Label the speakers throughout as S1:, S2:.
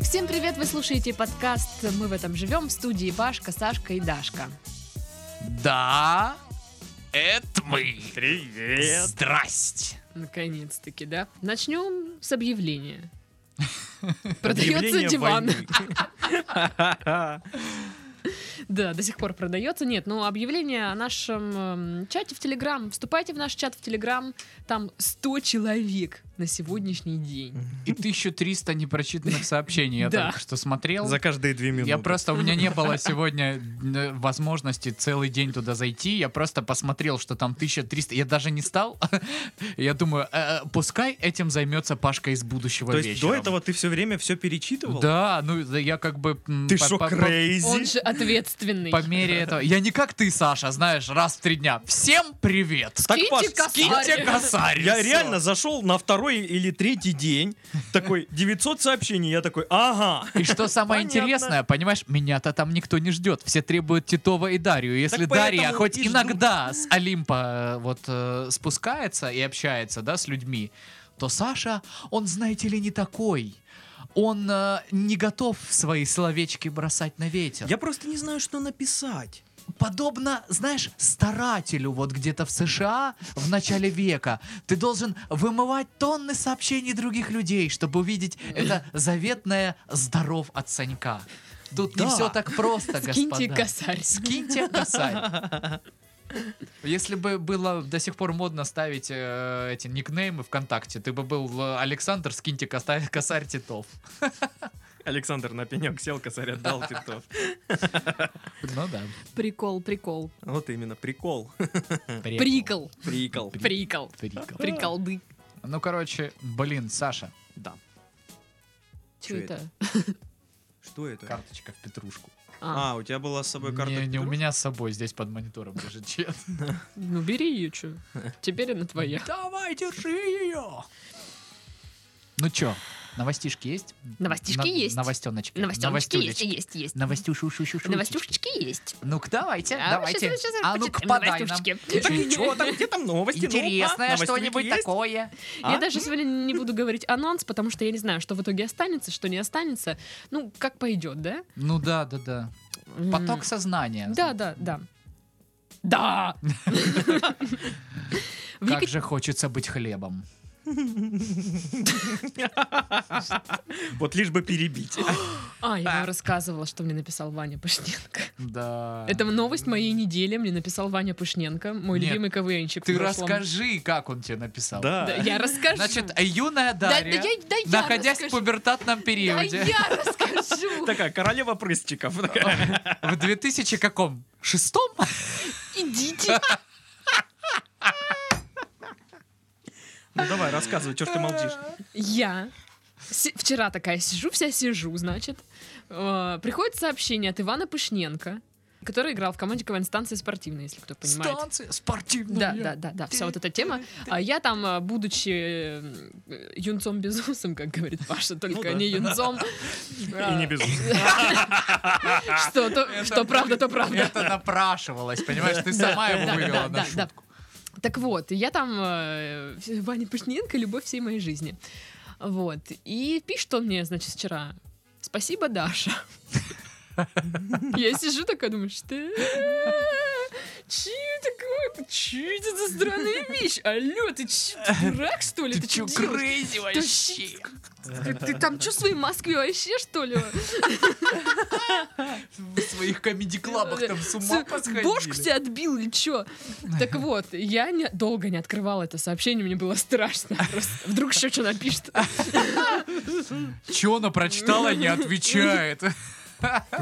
S1: Всем привет! Вы слушаете подкаст «Мы в этом живем» в студии Башка, Сашка и Дашка.
S2: Да, это мы.
S3: Привет!
S2: Здрасте.
S1: Наконец-таки, да? Начнем с объявления.
S3: Объявление
S1: Продается диван.
S3: войны.
S1: Да, до сих пор продается. Нет, ну объявление о нашем эм, чате в Телеграм. Вступайте в наш чат в Телеграм. Там 100 человек на сегодняшний день.
S2: И 1300 непрочитанных сообщений я
S1: Да.
S2: только что смотрел.
S3: За каждые две минуты.
S2: Я просто, у меня не было сегодня э, возможности целый день туда зайти. Я просто посмотрел, что там 1300. Я даже не стал. Я думаю, э, э, пускай этим займется Пашка из будущего
S3: То есть
S2: вечером.
S3: до этого ты все время все перечитывал?
S2: Да, ну да, я как бы... м,
S3: Ты
S2: по-
S3: шо,
S2: по- по-
S1: Он
S3: крейзи?
S1: же ответственный.
S2: По мере этого. Я не как ты, Саша, знаешь, раз в три дня. Всем привет!
S3: Так,
S1: Скиньте
S3: Паш,
S1: косарь.
S2: Скиньте косарь.
S3: Я
S2: всё.
S3: реально зашел на второй или третий день, такой 900 сообщений, я такой, ага.
S2: И что самое
S3: Понятно.
S2: интересное, понимаешь, меня-то там никто не ждет. Все требуют Титова и Дарью. Если
S3: Так
S2: Дарья
S3: поэтому
S2: хоть
S3: и ждут.
S2: иногда с Олимпа э, вот э, спускается и общается, да, с людьми, то Саша, он, знаете ли, не такой. Он э, не готов свои словечки бросать на ветер.
S3: Я просто не знаю, что написать.
S2: Подобно, знаешь, старателю вот где-то в США в начале века. Ты должен вымывать тонны сообщений других людей, чтобы увидеть это заветное «здоров от Санька». Тут не
S3: Да.
S2: все так просто,
S1: Скиньте
S2: господа.
S1: косарь.
S2: Скиньте косарь. Если бы было до сих пор модно ставить э, эти никнеймы ВКонтакте, ты бы был э, Александр, скиньте косарь, косарь Титов.
S3: Александр на пенек сел, косарь отдал Титов.
S2: Ну да.
S1: Прикол, прикол.
S3: Вот именно, прикол.
S1: Прикол.
S3: Прикол.
S1: Прикол.
S2: Прикол.
S1: Приколды.
S2: Ну, короче, блин, Саша,
S3: Да.
S1: Что
S3: Чё
S1: это?
S3: Что это?
S2: карточка в петрушку.
S1: А,
S3: А, у тебя была с собой карта?
S2: Не, не у
S3: Петру?
S2: меня с собой, здесь под монитором лежит честно.
S1: ну бери ее, что. Теперь она твоя.
S2: Давай, держи ее! Ну чё, новостишки есть?
S1: Новостишки
S2: На-
S1: есть.
S2: Новостёночки.
S1: Новостюшки есть, есть, есть.
S2: Новостюшушушушушечки.
S1: Новостюшечки есть.
S2: Ну-ка, Ну, давайте,
S1: А,
S2: давайте.
S1: щас- щас
S2: а ну-ка,
S1: прочитаем
S2: подай нам.
S1: новостюшечки.
S3: Так и чё там, где там новости? Ну-ка,
S2: Интересное
S3: новостюшки
S2: что-нибудь
S3: ну, есть?
S2: такое.
S1: Я
S3: А?
S1: даже сегодня не буду говорить анонс, потому что я не знаю, что в итоге останется, что не останется. Ну, как пойдет, да?
S2: Ну да, да, да. Поток сознания.
S1: М, Да, да, да. Да! В
S2: Как
S1: Екат-
S2: же хочется быть хлебом.
S3: Вот лишь бы перебить.
S1: А, я вам рассказывала, что мне написал Ваня Пышненко.
S2: Да.
S1: Это новость моей недели. Мне написал Ваня Пышненко, мой
S2: Нет,
S1: любимый КВНчик. в
S2: Ты
S1: прошлом.
S2: расскажи, как он тебе написал.
S1: Да,
S3: Да.
S1: я расскажу.
S2: Значит, юная
S1: да, да,
S2: Дарья,
S1: я, да я
S2: находясь в
S1: расскажу.
S2: пубертатном
S1: Да
S2: периоде,
S1: я расскажу.
S3: Такая королева прыщиков.
S2: в 2000 каком? Шестом?
S1: Идите.
S3: Ну давай, рассказывай, что ж ты молчишь.
S1: Я си- вчера такая сижу, вся сижу, значит. Э, Приходит сообщение от Ивана Пышненко, который играл в команде КВН станции спортивной, если кто понимает.
S2: Станция
S1: Да,
S2: спортивная.
S1: да, да, да, вся вот эта тема. А я там, э, будучи э, юнцом безусом, как говорит Паша, только
S3: да.
S1: не юнцом.
S3: И не безумно.
S1: Что, то- что правда, то правда.
S2: Это напрашивалось, понимаешь? Ты сама его
S1: да,
S2: вывела
S1: да,
S2: на
S1: да, да.
S2: шутку.
S1: Так вот, я там э, Ваня Пышненко, любовь всей моей жизни. Вот. И пишет он мне, значит, вчера. Спасибо, Даша. Я сижу такая, думаю, что... Че такое? Че это за странная вещь? Алло, ты че, ты дурак, что ли? Ты че делаешь?
S2: крейзи
S1: вообще? Ты, ты там что в своей Москве вообще, что ли?
S2: В своих комедий-клабах там с ума посходили.
S1: Бошку себе отбил или что? Так вот, я не- долго не открывала это сообщение, мне было страшно. Просто вдруг еще что напишет.
S2: Чё она прочитала, не отвечает.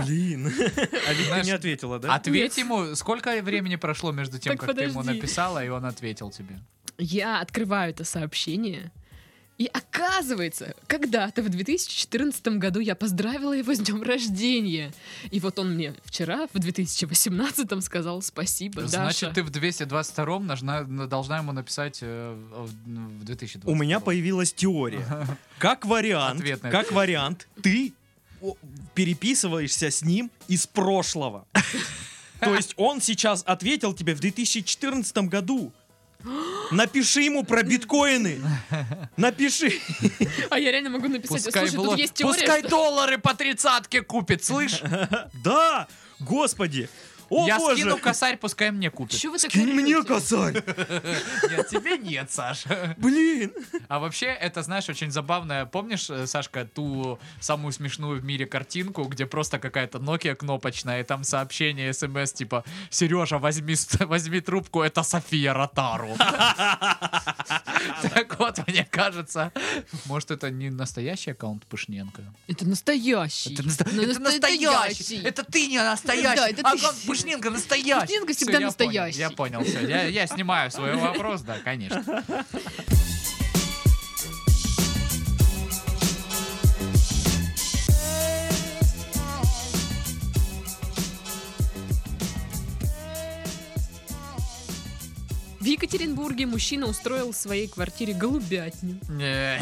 S3: Блин. А ведь ты
S2: Знаешь,
S3: не ответила, да?
S2: Ответь ему, сколько времени прошло между тем,
S1: Так
S2: как ты ему
S1: подожди.
S2: написала, и он ответил тебе.
S1: Я открываю это сообщение, и оказывается, когда-то в 2014 году я поздравила его с днем рождения. И вот он мне вчера, в 2018 сказал спасибо, Даша.
S2: Значит, ты в 222-м нажна- должна ему написать э, в 2020
S3: У меня появилась теория. Как вариант,
S2: Ответ на это.
S3: как вариант, ты о- переписываешься с ним из прошлого. То есть он сейчас ответил тебе в 2014 году. Напиши ему про биткоины. Напиши.
S1: А я реально могу написать,
S2: Пускай,
S1: слушай,
S2: было-
S1: тут есть теория,
S2: Пускай
S1: что-
S2: доллары по тридцатке купит, слышь?
S3: Да, господи. О,
S2: Я
S3: боже.
S2: скину косарь, пускай мне купит.
S1: Чё вы так
S3: Кинь мне
S1: орёте?
S3: косарь.
S2: Нет, тебе нет, Саша.
S3: Блин.
S2: А вообще, это, знаешь, очень забавно. Помнишь, э, Сашка, ту самую смешную в мире картинку, где просто какая-то Nokia кнопочная, и там сообщение, смс типа «Сережа, возьми, ст- возьми трубку, это София Ротару». Так вот, мне кажется, может, это не настоящий аккаунт Пышненко?
S1: Это настоящий. Ну, наста-
S2: Это ты не
S1: Да, это ты.
S2: Пышненко настоящий!
S1: Пышненко
S2: Всё,
S1: всегда
S2: я понял,
S1: настоящий.
S2: Я понял, все. Я, я снимаю свой вопрос, да, конечно.
S1: В Екатеринбурге мужчина устроил в своей квартире голубятню.
S2: Не.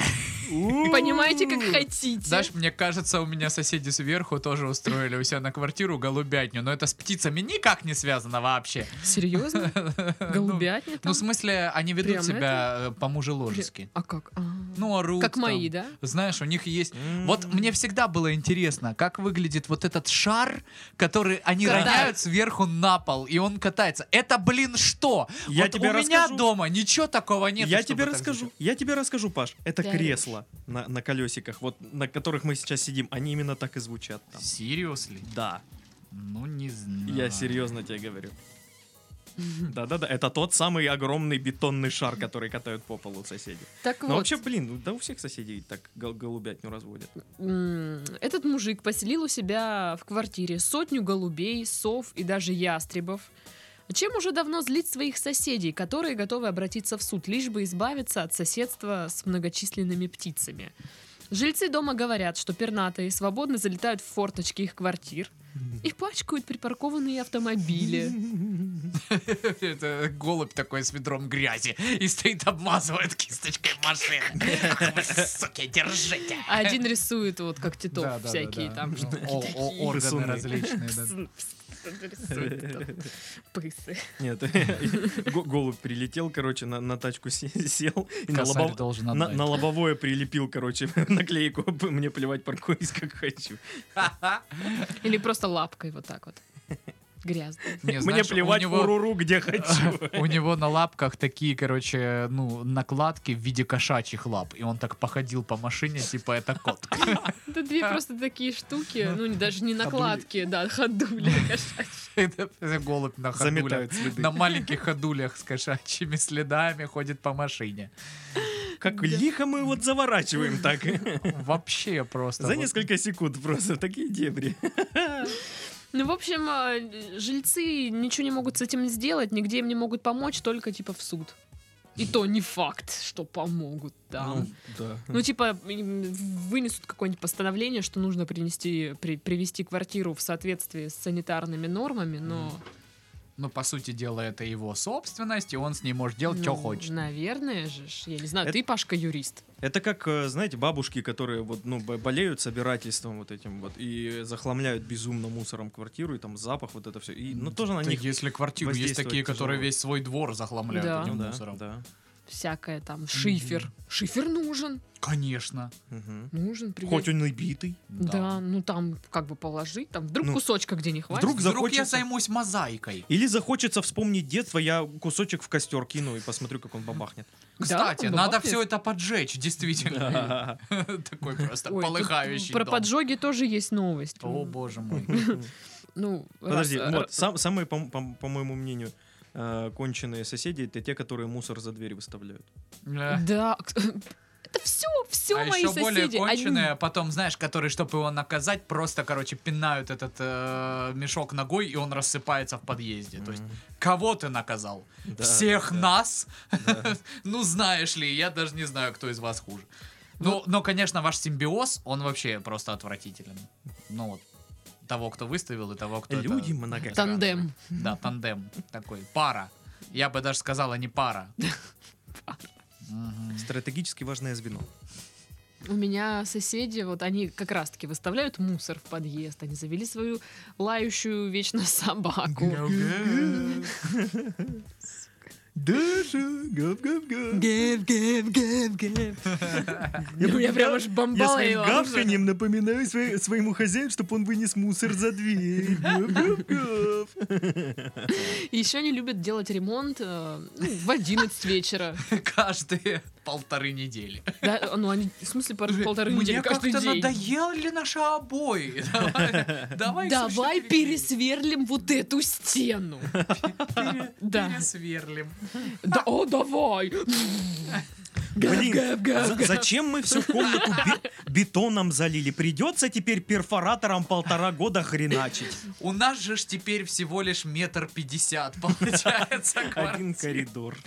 S1: Понимаете, как хотите.
S2: Знаешь, мне кажется, у меня соседи сверху тоже устроили у себя на квартиру голубятню, но это с птицами никак не связано вообще.
S1: Серьезно? Голубятня
S2: Ну,
S1: там?
S2: в смысле, они ведут
S1: Прям
S2: себя э, по-мужеложески.
S1: А как? А.
S2: Ну, орут
S1: Как
S2: там.
S1: мои, да?
S2: Знаешь, у них есть... Вот мне всегда было интересно, как выглядит вот этот шар, который они
S1: Катают.
S2: роняют сверху на пол, и он катается. Это, блин, что?
S3: Я
S2: Вот
S3: тебе
S2: у меня
S3: расскажу.
S2: дома ничего такого нет.
S3: я тебе расскажу, я тебе расскажу, Паш. Это
S1: Да.
S3: кресло на, на колесиках, вот на которых мы сейчас сидим, они именно так и звучат. там.
S2: Серьезно?
S3: Да,
S2: Ну, не знаю.
S3: я серьезно тебе говорю. Да-да-да, это тот самый огромный бетонный шар, который катают по полу соседи.
S1: Так
S3: Ну
S1: вот,
S3: вообще, блин, да у всех соседей так гол- голубятню разводят.
S1: м, этот мужик поселил у себя в квартире сотню голубей, сов и даже ястребов. Чем уже давно злить своих соседей, которые готовы обратиться в суд, лишь бы избавиться от соседства с многочисленными птицами? Жильцы дома говорят, что пернатые свободно залетают в форточки их квартир и пачкают припаркованные автомобили.
S2: Это голубь такой с ведром грязи и стоит обмазывает кисточкой машины. Ах вы, Суки, держите.
S1: А один рисует вот как титов
S2: Да, да, да,
S1: всякие
S2: да.
S1: там
S2: Ну,
S1: что-то
S2: о- о-
S1: такие.
S2: Органы
S3: Пысуны.
S2: различные. да.
S1: Пс- пс- кто-то рисует, кто-то. Пысы.
S3: Нет, го- голубь прилетел, короче, на, на тачку се- сел и на,
S2: Косарь
S3: лобов-
S2: должен
S3: на-
S2: отдать.
S3: на лобовое прилепил, короче, наклейку «Мне плевать, паркуюсь как хочу».
S1: Или просто лапкой вот так вот. Грязно.
S2: Не,
S3: Мне
S2: знаешь, у
S3: плевать,
S2: него-
S3: уруру, где хочу.
S2: У него на лапках такие, короче, ну, накладки в виде кошачьих лап. И он так походил по машине, типа, это кот.
S1: Это две просто такие штуки, ну не- даже не накладки, да, ходули кошачьи.
S2: Это голубь на ходулях.
S3: Заметают следы.
S2: На маленьких ходулях с кошачьими следами ходит по машине.
S3: Как лихо мы вот заворачиваем так. э,
S2: Вообще просто.
S3: За
S2: вот.
S3: несколько секунд просто такие дебри.
S1: Ну, в общем, а, жильцы ничего не могут с этим сделать, нигде им не могут помочь, только типа в суд. И то не факт, что помогут там.
S3: да.
S1: Ну, типа, им вынесут какое-нибудь постановление, что нужно принести, при- привести квартиру в соответствии с санитарными нормами, но...
S2: Ну, по сути дела, это его собственность, и он с ней может делать,
S1: ну,
S2: что хочет.
S1: Наверное же, ж, я не знаю,
S3: Это-
S1: ты, Пашка, юрист.
S3: Это как, э, знаете, бабушки, которые вот, ну, бо- болеют собирательством вот этим вот и захламляют безумно мусором квартиру, и там запах, вот это все. И, ну, тоже на
S2: Да
S3: них...
S2: Если квартиру есть
S3: воздействовать
S2: такие, которые
S3: тяжело.
S2: весь свой двор захламляют
S1: Да.
S2: этим
S3: Ну да,
S2: мусором.
S3: да.
S1: Всякое там, шифер. Шифер нужен.
S2: Конечно.
S3: Мгм.
S1: Нужен, привет.
S3: Хоть он и битый.
S1: Да. ну там как бы положить, там вдруг
S3: Ну,
S1: кусочка где не хватит.
S3: вдруг
S2: Вдруг я
S3: захочется-
S2: займусь мозаикой.
S3: Или захочется вспомнить детство, я кусочек в костер кину и посмотрю, как он бабахнет.
S1: Да,
S2: Кстати,
S1: ну,
S2: надо
S1: бывает.
S2: все это поджечь, действительно. Такой просто
S1: Ой, тут
S2: полыхающий
S1: Про
S2: дом.
S1: поджоги тоже есть новость.
S2: О, боже мой.
S1: Ну, раз-
S3: Подожди,
S1: э,
S3: вот, сам- самые, по- по по моему мнению, э, конченые соседи, это те, которые мусор за дверь выставляют.
S2: Э,
S1: Да, это все, все
S2: А
S1: мои
S2: еще более
S1: соседи. они-
S2: конченые, а потом, знаешь, которые, чтобы его наказать, просто, короче, пинают этот э, мешок ногой, и он рассыпается в подъезде. То есть, кого ты наказал?
S3: Да,
S2: Всех
S3: да.
S2: нас? Ну, знаешь ли, я даже не знаю, кто из вас хуже. Ну, но, конечно, ваш симбиоз, он вообще просто отвратителен. Ну, вот, того, кто выставил, и того, кто... это-
S3: Люди много.
S1: Тандем.
S2: Да, тандем такой. Пара. Я бы даже сказала, не пара. Мгм.
S3: Стратегически важное звено.
S1: У меня соседи, вот они как раз-таки выставляют мусор в подъезд. Они завели свою лающую вечно собаку.
S2: Даша, гав-гав-гав.
S1: Гэв, гэв, гэв, гэв. Я прям аж бомбала его.
S3: напоминаю своему хозяину, чтобы он вынес мусор за дверь.
S1: Еще они любят делать ремонт э, ну, в 11 вечера.
S2: Каждые полторы недели.
S1: Да, ну они, в смысле, пар- полторы недели
S2: Мне
S1: каждый
S2: как-то
S1: день.
S2: надоели наши обои. Давай-
S1: Давай
S2: слушай,
S1: пересверлим вот эту стену.
S2: пере-
S1: Да.
S2: Пересверлим.
S1: Да, о, давай.
S3: Блин,
S1: Гэв, гэв,
S3: за-
S1: гэв.
S3: зачем мы всю комнату бе- бетоном залили? Придется теперь перфоратором полтора года хреначить.
S2: У нас же ж теперь всего лишь метр пятьдесят получается
S3: Один
S2: квартира.
S3: коридор.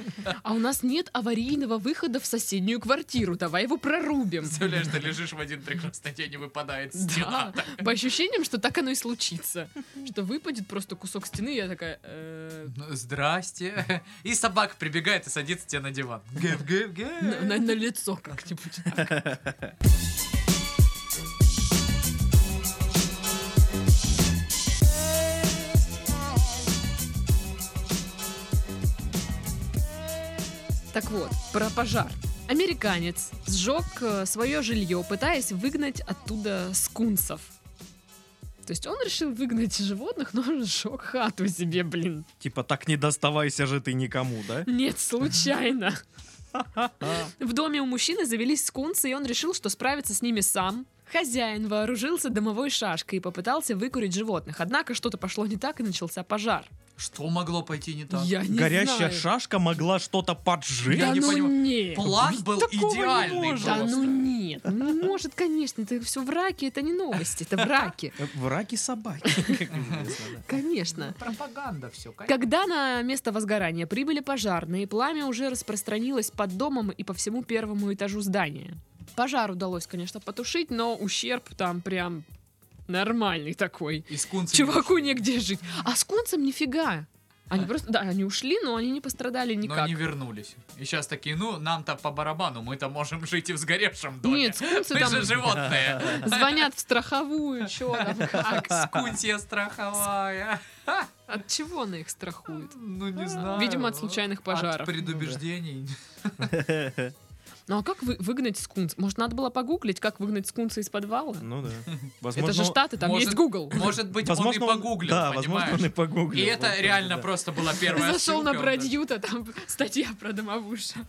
S1: А у нас нет аварийного выхода в соседнюю квартиру. Давай его прорубим.
S2: Представляешь, ты лежишь в один прекрасный день и выпадает
S1: Да,
S2: стена.
S1: по ощущениям, что так оно и случится. Что выпадет просто кусок стены, и я такая... э,
S2: Ну, Здрасте. И собака прибегает и садится тебе на диван. Гэв, гэв, гэв.
S1: на, на- на лицо как-нибудь. Так вот, про пожар. Американец сжег свое жилье, пытаясь выгнать оттуда скунсов. То есть он решил выгнать животных, но он сжег хату себе, блин.
S3: Типа, так не доставайся же ты никому, да?
S1: Нет, случайно. В доме у мужчины завелись скунсы, и он решил, что справится с ними сам. Хозяин вооружился домовой шашкой и попытался выкурить животных. Однако что-то пошло не так, и начался пожар.
S2: Что могло пойти не так?
S1: Я не
S3: Горящая
S1: знаю.
S3: шашка могла что-то поджечь.
S2: Я
S1: Да
S2: не
S1: ну
S2: понимаю.
S1: нет.
S2: План был
S3: такого не
S2: идеальный
S3: может.
S1: Да
S2: просто.
S1: ну нет. Ну не может, конечно. Это все враки, это не новости, это враки.
S3: Э, Враги собаки. как известно, да.
S1: Конечно.
S2: Пропаганда все, конечно.
S1: Когда на место возгорания прибыли пожарные, пламя уже распространилось под домом и по всему первому этажу здания. Пожар удалось, конечно, потушить, но ущерб там прям нормальный такой.
S2: И скунсы
S1: Чуваку
S2: не
S1: негде жить. А с кунцем нифига. Они просто, да, они ушли, но они не пострадали
S2: Но
S1: никак.
S2: они вернулись. И сейчас такие, ну, нам-то по барабану, мы-то можем жить и в сгоревшем доме.
S1: Нет, скунцы
S2: мы
S1: там
S2: же животные.
S1: звонят в страховую, чё там, как.
S2: Скунсия страховая.
S1: От чего она их страхует?
S2: Ну, не знаю.
S1: Видимо, от случайных пожаров.
S2: От предубеждений.
S1: Ну а как вы, выгнать скунца? Может, надо было погуглить, как выгнать скунца из подвала?
S3: Ну да.
S1: Это же
S3: Возможно,
S1: Штаты, там
S2: может,
S1: есть Google.
S2: Может быть,
S3: возможно,
S2: он и погуглил,
S3: Да, возможно,
S2: понимаешь?
S3: он и погуглил.
S2: И это
S3: возможно,
S2: реально
S3: да.
S2: просто была
S1: Зашел
S2: первая
S1: на
S2: ссылка, он даже-
S1: Брадьюта, там статья про домовую шашку.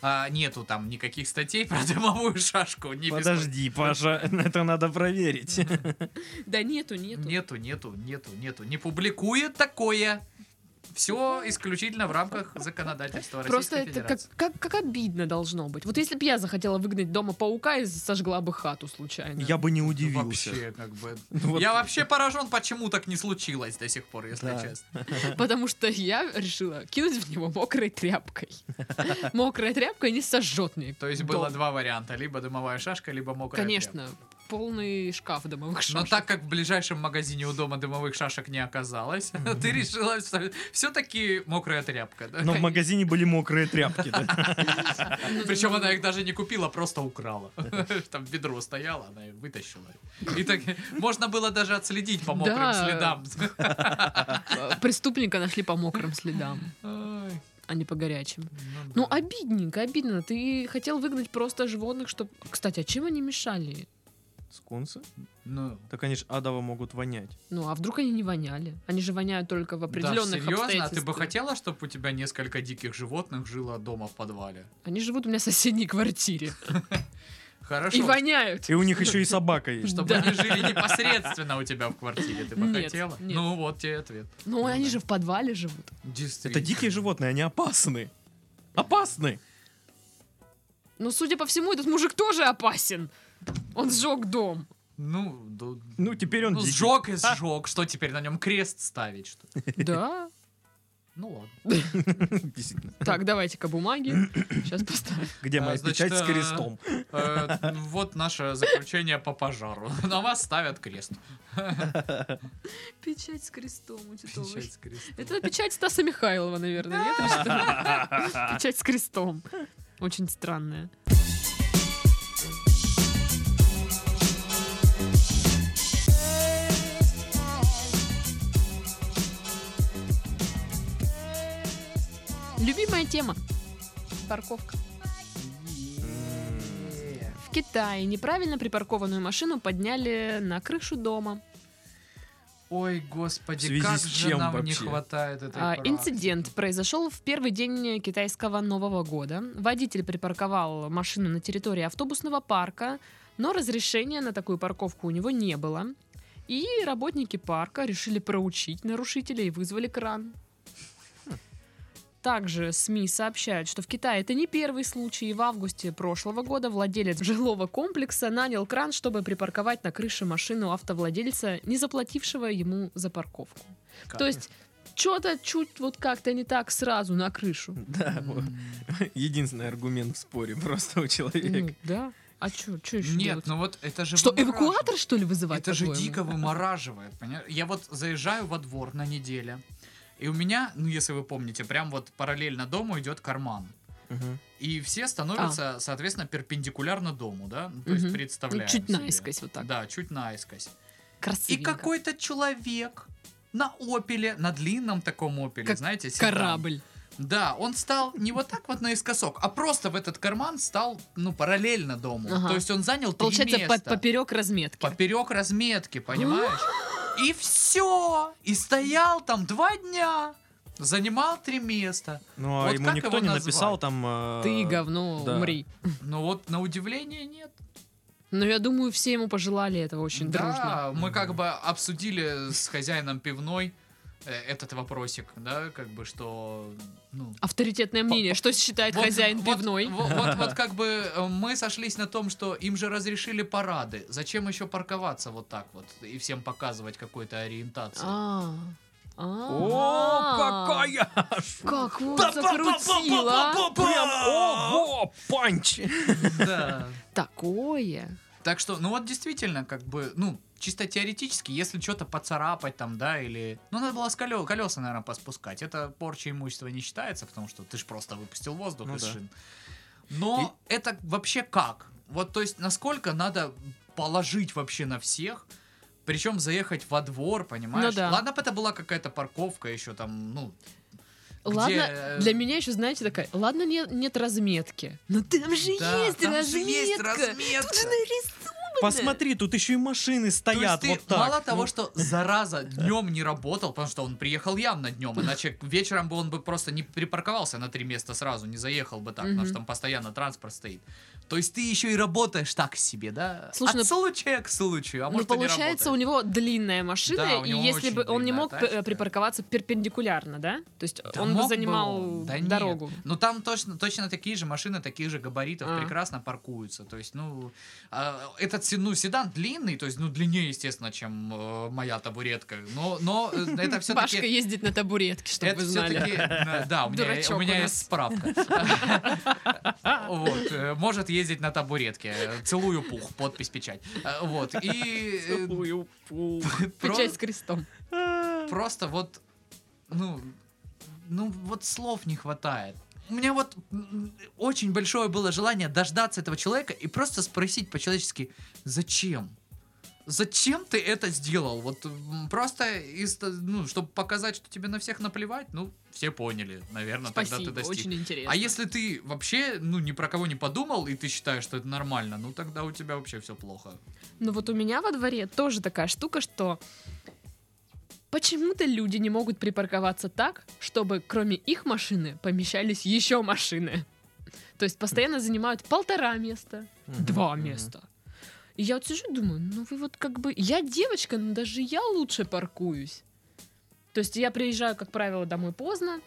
S2: А, нету там никаких статей про дымовую шашку. не беспокой-
S3: Подожди, Паша, это надо проверить.
S1: Да нету, нету.
S2: Нету, нету, нету, нету. Не публикует такое. Все исключительно в рамках законодательства Российской
S1: Просто это как,
S2: Федерации.
S1: как, как обидно должно быть. Вот если бы я захотела выгнать дома паука и сожгла бы хату случайно.
S3: Я бы не
S2: Ну,
S3: удивился. Ну,
S2: Вообще, как бы.
S3: вот-
S2: Я вообще поражен, почему так не случилось до сих пор, если
S3: Да.
S2: честно.
S1: Потому что я решила кинуть в него мокрой тряпкой. Мокрая тряпка не сожжет мне.
S2: То есть
S1: дом.
S2: было два варианта: либо дымовая шашка, либо мокрая. тряпка. Ну
S1: Конечно, полный шкаф домовых
S2: Но
S1: шашек.
S2: так как в ближайшем магазине у дома дымовых шашек не оказалось, ты решила, что все-таки мокрая тряпка.
S3: Но в магазине были мокрые тряпки, да?
S2: Причем она их даже не купила, просто украла. Там ведро стояло, она и вытащила. И так можно было даже отследить по мокрым
S1: Да.
S2: следам.
S1: Преступника нашли по мокрым следам,
S2: Ой,
S1: а не по горячим.
S2: ну
S1: Ну,
S2: да.
S1: обидненько, обидно. Ты хотел выгнать просто животных, чтобы... Кстати, а чем они мешали?
S3: Скунсы?
S2: Ну,
S3: Так они ж адово могут вонять.
S1: Ну, а вдруг они не воняли? Они же воняют только в
S2: да,
S1: определенных
S2: серьезно, а ты
S1: обстоятельствах.
S2: бы хотела, чтобы у тебя несколько диких животных жило дома в подвале?
S1: Они живут у меня в соседней квартире.
S2: Хорошо.
S1: И воняют.
S3: И у них еще и собака есть.
S2: Чтобы
S1: Да.
S2: они жили непосредственно у тебя в квартире, ты бы
S1: Нет,
S2: хотела?
S1: нет.
S2: Ну вот тебе ответ.
S1: Ну, они же в подвале живут.
S2: Действительно.
S3: Это дикие животные, они опасны. Опасны!
S1: Но, Ну, судя по всему, этот мужик тоже опасен. Он сжег дом.
S2: Ну, да.
S3: Ну, теперь он
S2: ну,
S3: дикий.
S2: сжег и сжег. Что теперь на нем крест ставить? Что? ли?
S1: Да.
S2: Ну ладно.
S3: Действительно.
S1: Так, давайте-ка бумаги. Сейчас поставим.
S3: Где
S2: А,
S3: моя
S2: значит,
S3: печать с
S2: а,
S3: крестом?
S2: Э, Вот наше заключение по пожару. На вас ставят крест.
S1: Печать с крестом у Титовой.
S2: Печать с крестом.
S1: Это печать Стаса Михайлова, наверное, нет? Или что? Печать с крестом. Очень странная. тема. Парковка.
S3: М.
S1: В Китае неправильно припаркованную машину подняли на крышу дома.
S2: Ой,
S3: В
S2: господи,
S3: связи
S2: как
S3: с
S2: же
S3: чем
S2: нам не
S3: вообще?
S2: хватает этой
S1: А,
S2: практики.
S1: Инцидент произошел в первый день китайского Нового года. Водитель припарковал машину на территории автобусного парка, но разрешения на такую парковку у него не было. И работники парка решили проучить нарушителя и вызвали кран. Также СМИ сообщают, что в Китае это не первый случай. В августе прошлого года владелец жилого комплекса нанял кран, чтобы припарковать на крыше машину автовладельца, не заплатившего ему за парковку.
S2: Как?
S1: То есть что-то чуть вот как-то не так сразу на крышу.
S3: Да, вот. единственный аргумент в споре просто у человека.
S1: Ну, да. А что, что еще
S2: Нет, ну вот это же...
S1: Что,
S2: вымораживает.
S1: эвакуатор, что ли, вызывать?
S2: Это же
S1: по-твоему?
S2: дико вымораживает, поня- Я вот заезжаю во двор на неделе, и у меня, ну если вы помните, прям вот параллельно дому идет карман.
S3: Мгм.
S2: И все становятся, соответственно, перпендикулярно дому, да? Ну, То
S1: А. Мгм.
S2: есть представляем
S1: Ну, чуть
S2: себе.
S1: наискось вот так.
S2: Да, чуть наискось. И
S1: Красивенько.
S2: какой-то человек на опеле, на длинном таком опеле,
S1: Как
S2: знаете, седан.
S1: корабль.
S2: Да, он стал не вот так вот наискосок, а просто в этот карман стал, ну, параллельно дому.
S1: Ага.
S2: То есть он занял три
S1: Получается, по-
S2: места.
S1: поперек разметки.
S2: Поперек разметки, понимаешь? И все! И стоял там два дня. Занимал три места.
S3: Ну, а
S2: Вот
S3: ему
S2: как
S3: никто
S2: его
S3: не написал
S2: назвать?
S3: там... э,
S1: Ты говно,
S3: да.
S1: умри.
S2: Но вот на удивление нет.
S1: Но я думаю, все ему пожелали этого очень дружно.
S2: Да, мы как бы обсудили с хозяином пивной э, этот вопросик, да, как бы что, ну,
S1: Авторитетное мнение, что считает хозяин
S2: вот-
S1: пивной.
S2: Вот, вот- вот как бы э, мы сошлись на том, что им же разрешили парады. Зачем еще парковаться вот так вот и всем показывать какую-то ориентацию?
S1: А.
S3: О,
S1: А.
S3: какая!
S1: Как вот закрутила! а?
S3: Прям, ого, панч!
S2: Да.
S1: Такое!
S2: Так что, ну вот действительно, как бы, ну, чисто теоретически, если что-то поцарапать там, да, или... Ну, надо было с колё- колеса, наверное, поспускать. Это порча имущества не считается, потому что ты же просто выпустил воздух
S3: Ну
S2: из
S3: да.
S2: шин. Но это вообще как? Вот, то есть, насколько надо положить вообще на всех, причем заехать во двор, понимаешь?
S1: Ну да.
S2: Ладно бы это была какая-то парковка еще там, ну... где,
S1: Ладно,
S2: э,
S1: для меня еще, знаете, такая, ладно, не- нет разметки. Но там же
S2: да,
S1: есть
S2: там
S1: разметка.
S2: же есть разметка.
S1: Тут же нарисовано.
S3: Посмотри, тут еще и машины
S2: То есть
S3: стоят
S2: ты
S3: вот так.
S2: мало того,
S3: Ну,
S2: что зараза днем не работал, потому что он приехал явно днем, иначе вечером бы он бы просто не припарковался на три места сразу, не заехал бы так, потому
S1: Мгм.
S2: что там постоянно транспорт стоит. То есть ты еще и работаешь так себе, да?
S1: Слушай, ну-
S2: От случая к случаю, а
S1: Ну,
S2: может и не
S1: получается, у
S2: работаешь.
S1: него длинная машина,
S2: Да, у
S1: и
S2: него
S1: если
S2: очень
S1: бы он не
S2: длинная
S1: мог п- э,
S2: тачка.
S1: припарковаться перпендикулярно, да? То есть
S2: Да
S1: он бы
S2: мог бы
S1: занимал
S2: он, да нет.
S1: дорогу.
S2: Ну там точно, точно такие же машины, таких же габаритов
S1: А.
S2: прекрасно паркуются. То есть, ну, а, этот се- ну, седан длинный, то есть, ну, длиннее, естественно, чем э, моя табуретка. Но, но э, это все-таки...
S1: Пашка ездит на табуретке, чтобы
S2: это
S1: вы знали.
S2: все-таки, да, у меня,
S1: Дурачок
S2: у меня
S1: у нас.
S2: есть справка. Вот, э, может ездить на табуретке. Целую пух, подпись, печать. Э, Вот, и э,
S3: Целую пух.
S2: про-
S1: Печать с крестом.
S2: просто вот, ну, ну вот слов не хватает. У меня вот м, очень большое было желание дождаться этого человека и просто спросить по-человечески, зачем? Зачем ты это сделал? Вот м, просто, из, ну, чтобы показать, что тебе на всех наплевать, ну, все поняли, наверное,
S1: Спасибо,
S2: Ну, тогда ты достиг.
S1: очень интересно.
S2: А если ты вообще, ну, ни про кого не подумал, и ты считаешь, что это нормально, ну, тогда у тебя вообще все плохо.
S1: Ну вот у меня во дворе тоже такая штука, что почему-то люди не могут припарковаться так, чтобы кроме их машины помещались еще машины. То есть постоянно занимают полтора места,
S3: Мгм,
S1: два
S3: мгм.
S1: места. И я вот сижу и думаю, ну вы вот как бы... Я девочка, но даже я лучше паркуюсь. То есть я приезжаю, как правило, домой поздно,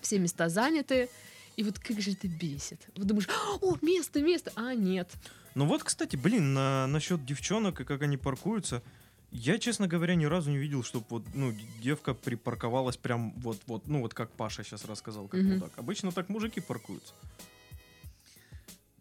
S1: все места заняты, и вот как же это бесит. Вот думаешь, о, место, место, а нет.
S3: Ну вот, кстати, блин, на, насчет девчонок и как они паркуются. Я, честно говоря, ни разу не видел, чтобы вот, ну, девка припарковалась прям вот-вот, ну, вот как Паша сейчас рассказал, как
S1: Мгм.
S3: мудак. Обычно так мужики паркуются.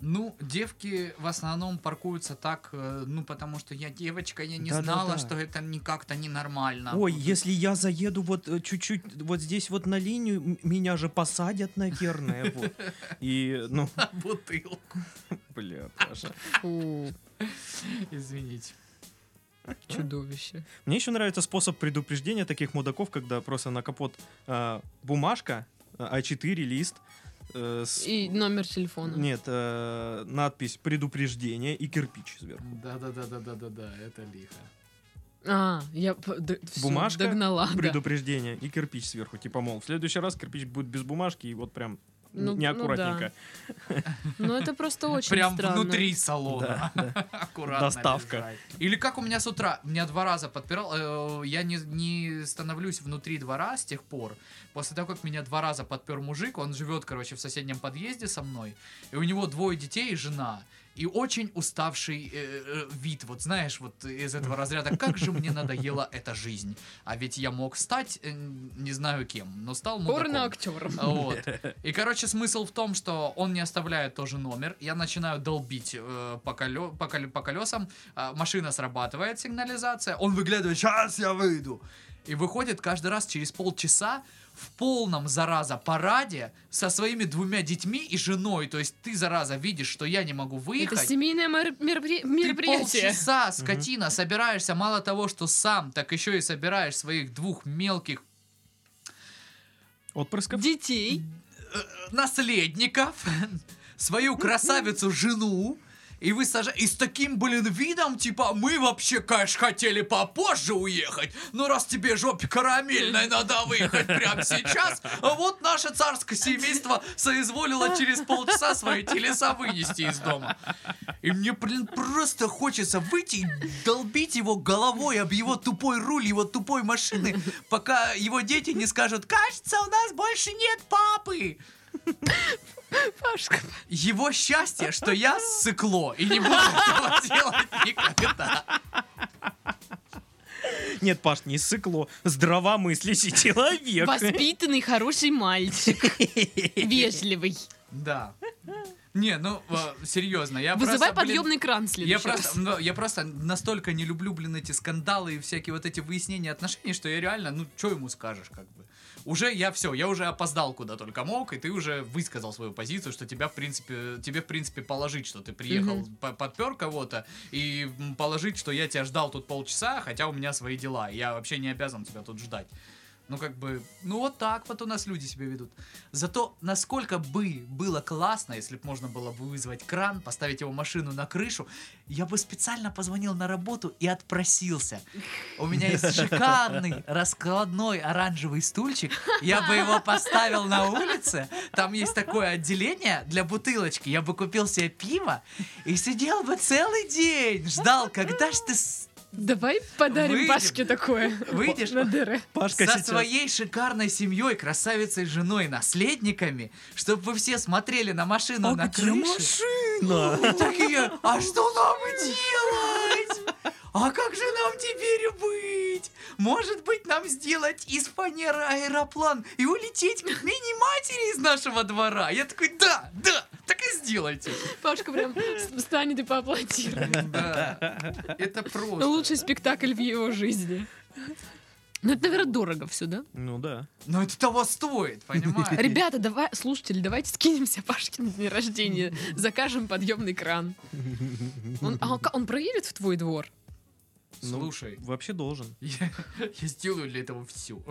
S2: Ну, девки в основном паркуются так, э, ну, потому что я девочка, я не
S3: Да-да-да.
S2: знала, что это не как-то
S1: А,
S2: ненормально.
S3: Ой, если я заеду вот э, чуть-чуть вот здесь вот на линию, м- меня же посадят, наверное, вот. И, ну,
S2: Бутылку.
S3: бля, Паша.
S1: Фу,
S2: Извините.
S1: чудовище.
S3: Мне еще нравится способ предупреждения таких мудаков, когда просто на капот э, бумажка, э, А4 А лист, э, с-
S1: И номер телефона.
S3: Нет, э, надпись «Предупреждение» и кирпич сверху.
S4: Да-да-да-да-да-да-да, это лихо.
S1: А, я п- д- всё,
S3: Бумажка,
S1: догнала. да.
S3: Предупреждение и кирпич сверху. Типа, мол, в следующий раз кирпич будет без бумажки и вот прям
S1: Ну, ну
S3: неаккуратненько.
S1: Ну это просто очень
S2: Прям
S1: странно.
S2: внутри салона.
S3: Да, да.
S2: Аккуратно
S3: Доставка.
S2: лежать. Или как у меня с утра, меня два раза подпирал, э, я не, не становлюсь внутри двора с тех пор, после того, как меня два раза подпер мужик, он живет, короче, в соседнем подъезде со мной, и у него двое детей и жена, и очень уставший э, э, вид, вот знаешь, вот из этого разряда, как же мне надоела эта жизнь, а ведь я мог стать, э, не знаю кем, но стал мудаком.
S1: Порноактер.
S2: Вот. И, короче, смысл в том, что он не оставляет тоже номер. Я начинаю долбить э, по, колё- по, колё- по колесам. а, машина срабатывает, сигнализация. Он выглядывает, сейчас я выйду. И выходит каждый раз через полчаса в полном, зараза, параде со своими двумя детьми и женой. То есть ты, зараза, видишь, что я не могу
S1: Это
S2: выехать.
S1: семейное мер- меропри-
S2: Ты
S1: мероприятие.
S2: полчаса, скотина, собираешься мало того, что сам, так еще и собираешь своих двух мелких
S3: Отпрысков.
S1: Детей.
S2: э, наследников, свою красавицу жену. И вы сажа... И с таким, блин, видом, типа, мы вообще, конечно, хотели попозже уехать, но раз тебе жопе карамельной надо выехать прямо сейчас, а вот наше царское семейство соизволило через полчаса свои телеса вынести из дома. И мне, блин, просто хочется выйти и долбить его головой об его тупой руль, его тупой машины, пока его дети не скажут, кажется, у нас больше нет папы.
S1: Пашка.
S2: Его счастье, что я сыкло и не буду этого делать никогда.
S3: Нет, Паш, не сыкло. Здравомыслящий человек.
S1: Воспитанный хороший мальчик. Вежливый.
S2: Да. Не, ну, э, серьезно, я
S1: Вызывай
S2: просто, блин,
S1: подъемный кран в
S2: Я
S1: следующий раз.
S2: просто, ну, я просто настолько не люблю, блин, эти скандалы и всякие вот эти выяснения отношений, что я реально, ну, что ему скажешь, как бы. Уже я все, я уже опоздал куда только мог, и ты уже высказал свою позицию, что тебя, в принципе, тебе, в принципе, положить, что ты приехал, по- подпер кого-то, и м, положить, что я тебя ждал тут полчаса, хотя у меня свои дела, и я вообще не обязан тебя тут ждать. Ну, как бы, ну вот так вот у нас люди себя ведут. Зато насколько бы было классно, если бы можно было бы вызвать кран, поставить его машину на крышу, я бы специально позвонил на работу и отпросился. У меня есть шикарный раскладной оранжевый стульчик, я бы его поставил на улице, там есть такое отделение для бутылочки, я бы купил себе пиво и сидел бы целый день, ждал, когда ж ты с-
S1: Давай подарим
S2: Выйдем.
S1: Пашке такое.
S2: Выйдешь?
S1: На дыры.
S3: Пашка
S2: со
S3: сейчас.
S2: своей шикарной семьей, красавицей, женой, наследниками, чтобы вы все смотрели на машину
S3: А
S2: на
S3: где
S2: крыше.
S3: машина?
S2: И такие, а что нам делать? А как же нам теперь быть? Может быть, нам сделать из фанеры аэроплан и улететь к мини-матери из нашего двора? Я такой, да, да, так и сделайте.
S1: Пашка прям с- встанет и поаплодирует.
S2: Да, это просто.
S1: Лучший спектакль в его жизни. Ну, это, наверное, дорого все, да?
S3: Ну да.
S2: Но это того стоит, понимаешь?
S1: Ребята, давай, слушатели, давайте скинемся Пашке на день рождения, закажем подъемный кран. Он, а он ка- он проедет в твой двор?
S3: Ну,
S2: Слушай,
S3: Вообще должен.
S2: я, я сделаю для этого все.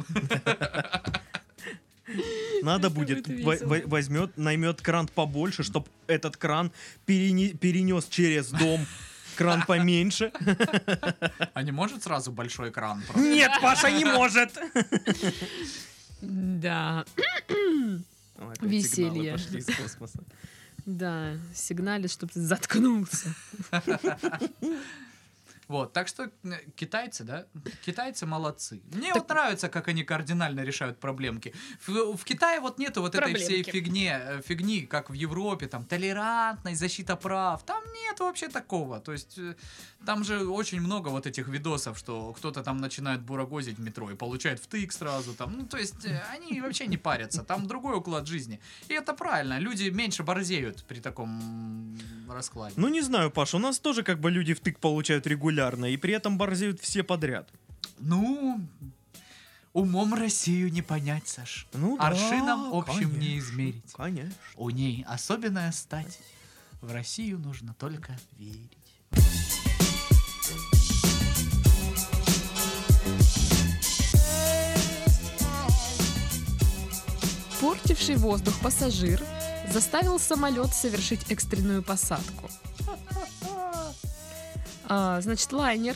S3: Надо
S1: Это
S3: будет.
S1: будет
S3: во-
S1: весело.
S3: во- Возьмет, наймет кран побольше, чтобы этот кран перене- перенес через дом. Кран поменьше.
S2: А не может сразу большой экран? просто?
S3: Нет, Паша не может.
S1: Да, Веселье.
S3: пошли из космоса.
S1: да, сигналит, чтобы ты заткнулся.
S2: Вот, так что э, китайцы, да? Китайцы молодцы. Мне вот нравится, как они кардинально решают проблемки. В, в Китае вот нету вот этой всей
S1: Проблемки.
S2: фигне, э, фигни, как в Европе, там, толерантность, защита прав. Там нет вообще такого. То есть, э, там же очень много вот этих видосов, что кто-то там начинает бурагозить в метро и получает втык сразу там. Ну, то есть, э, они вообще не парятся. Там другой уклад жизни. И это правильно. Люди меньше борзеют при таком м, раскладе.
S3: Ну не знаю, Паш, у нас тоже как бы люди втык получают регулярно, и при этом борзеют все подряд.
S2: Ну, умом Россию не понять, Саш.
S3: Ну, да,
S2: Аршином общим не
S3: конечно,
S2: измерить.
S3: Конечно.
S2: У ней особенная стать. В Россию нужно только верить.
S1: Портивший воздух пассажир заставил самолет совершить экстренную посадку. А, значит, лайнер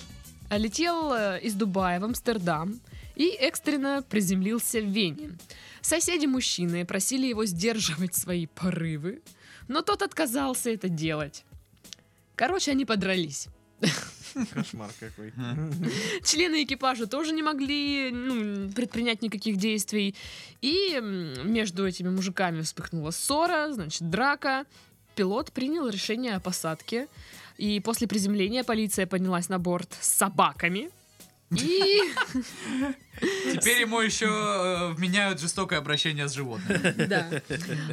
S1: летел э, из Дубая в Амстердам и экстренно приземлился в Вене. Соседи мужчины просили его сдерживать свои порывы, но тот отказался это делать. Короче, они подрались.
S3: Кошмар какой.
S1: Члены экипажа тоже не могли ну, предпринять никаких действий. И м, между этими мужиками вспыхнула ссора, значит, драка. Пилот принял решение о посадке. И после приземления полиция поднялась на борт с собаками. И
S2: Теперь ему еще э, вменяют жестокое обращение с животными.
S1: Да.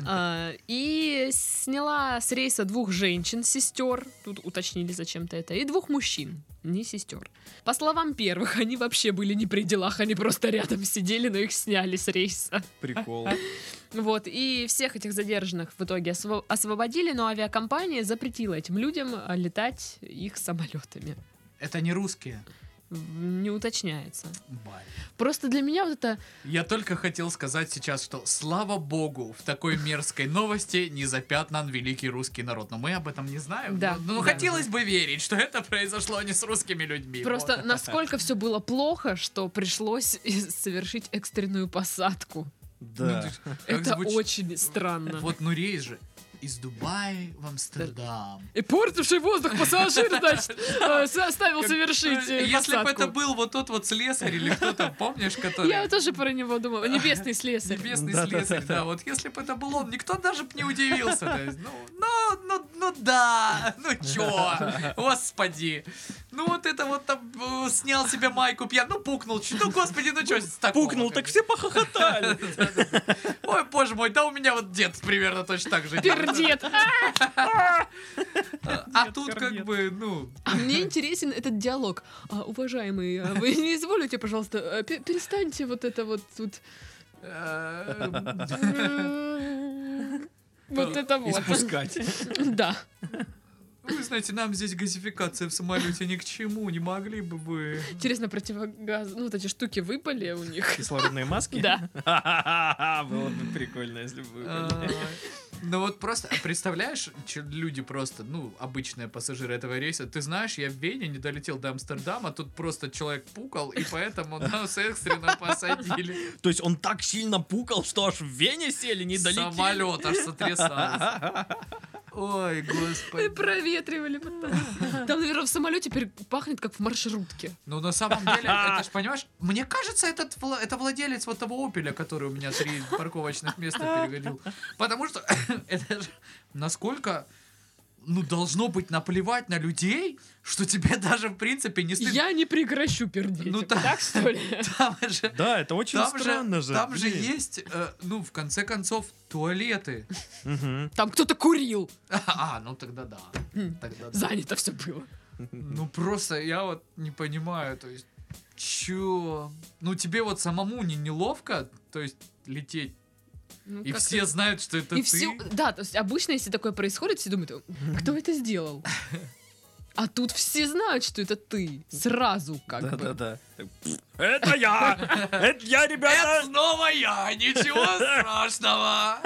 S1: А, И сняла с рейса двух женщин, сестер, тут уточнили зачем-то это, и двух мужчин, не сестер. По словам первых, они вообще были не при делах, они просто рядом сидели, но их сняли с рейса.
S3: Прикол.
S2: Ну,
S1: Вот, и всех этих задержанных в итоге осво- освободили, но авиакомпания запретила этим людям а, летать их самолетами.
S2: Это не русские.
S1: М, Не уточняется.
S2: Блин.
S1: Просто для меня вот это...
S2: Я только хотел сказать сейчас, что слава богу, в такой мерзкой новости не запятнан великий русский народ. Но мы об этом не знаем.
S1: Да.
S2: Ну, ну,
S1: Да.
S2: хотелось бы верить, что это произошло не с русскими людьми.
S1: Просто
S2: Вот.
S1: насколько все было плохо, что пришлось совершить экстренную посадку.
S3: Да.
S2: Как
S1: Это
S2: звучит-
S1: очень странно.
S2: Вот ну рейс же из Дубая в Амстердам.
S1: И портивший воздух пассажир, значит, э, со- оставил
S2: Как-
S1: совершить э,
S2: Если бы это
S1: посадку.
S2: был вот тот вот слесарь или кто-то, помнишь, который...
S1: Я тоже про него думала. Небесный слесарь.
S2: Небесный
S3: Да, да,
S2: слесарь, да,
S3: да, да.
S2: Вот если бы это был он, никто даже бы не удивился. То есть, ну, ну, ну, ну да, ну чё, господи. Ну вот это вот там э, снял себе майку пьян, ну пукнул, чё, ну господи, ну чё с такого,
S3: Пукнул,
S2: как
S3: так
S2: бы.
S3: все похохотали.
S2: Ой, боже мой, да у меня вот дед примерно точно так же. делал.
S1: Пердет. А!
S2: А а
S3: Дед
S2: тут как
S3: пердит.
S2: бы, ну,
S1: А Мне интересен этот диалог. А, Уважаемый, а вы не изволите, пожалуйста, э, пе- перестаньте вот это вот тут...
S2: э,
S1: э, Вот это вот.
S3: Испускать.
S1: Да.
S2: вы знаете, нам здесь газификация в самолете ни к чему, не могли бы вы...
S1: Интересно, противогаз... Ну, вот эти штуки выпали у них.
S3: Кислородные маски?
S1: Да.
S3: Ха-ха-ха, Было бы прикольно, если бы
S2: А,
S3: вы были.
S2: Ну вот просто, а представляешь, чё люди просто, ну, обычные пассажиры этого рейса, ты знаешь, я в Вене не долетел до Амстердама, тут просто человек пукал, и поэтому нас экстренно посадили.
S3: То есть он так сильно пукал, что аж в Вене сели, не долетели.
S2: Самолет аж сотрясался. Ой,
S1: И
S2: господи.
S1: проветривали потом. Там, наверное, в самолете пер- пахнет, как в маршрутке.
S2: Ну, на самом деле, это ж, понимаешь, мне кажется, этот, вла- это владелец вот того опеля, который у меня три парковочных места перегодил. Потому что это же насколько ну, должно быть наплевать на людей, что тебе даже, в принципе, не стыдно.
S1: Я не прекращу пердеть.
S2: Ну, та-
S1: так что ли?
S2: Там же,
S3: Да, это очень
S2: там
S3: странно же.
S2: там же
S3: блин.
S2: есть, э, ну, в конце концов, туалеты.
S3: Мгм.
S1: Там кто-то курил.
S2: А, ну тогда да. Тогда да.
S1: Занято все было.
S2: Ну просто я вот не понимаю, то есть, чё? Ну тебе вот самому не неловко, то есть, лететь,
S1: Ну,
S2: и
S1: как-то-
S2: все знают, что это
S1: И
S2: ты?
S1: все, да, то есть обычно, если такое происходит, все думают, «А кто это сделал? А тут все знают, что это ты. Сразу как бы.
S3: Да-да-да. Это я! Это я,
S2: Это
S3: ребята!
S2: снова я, ничего страшного.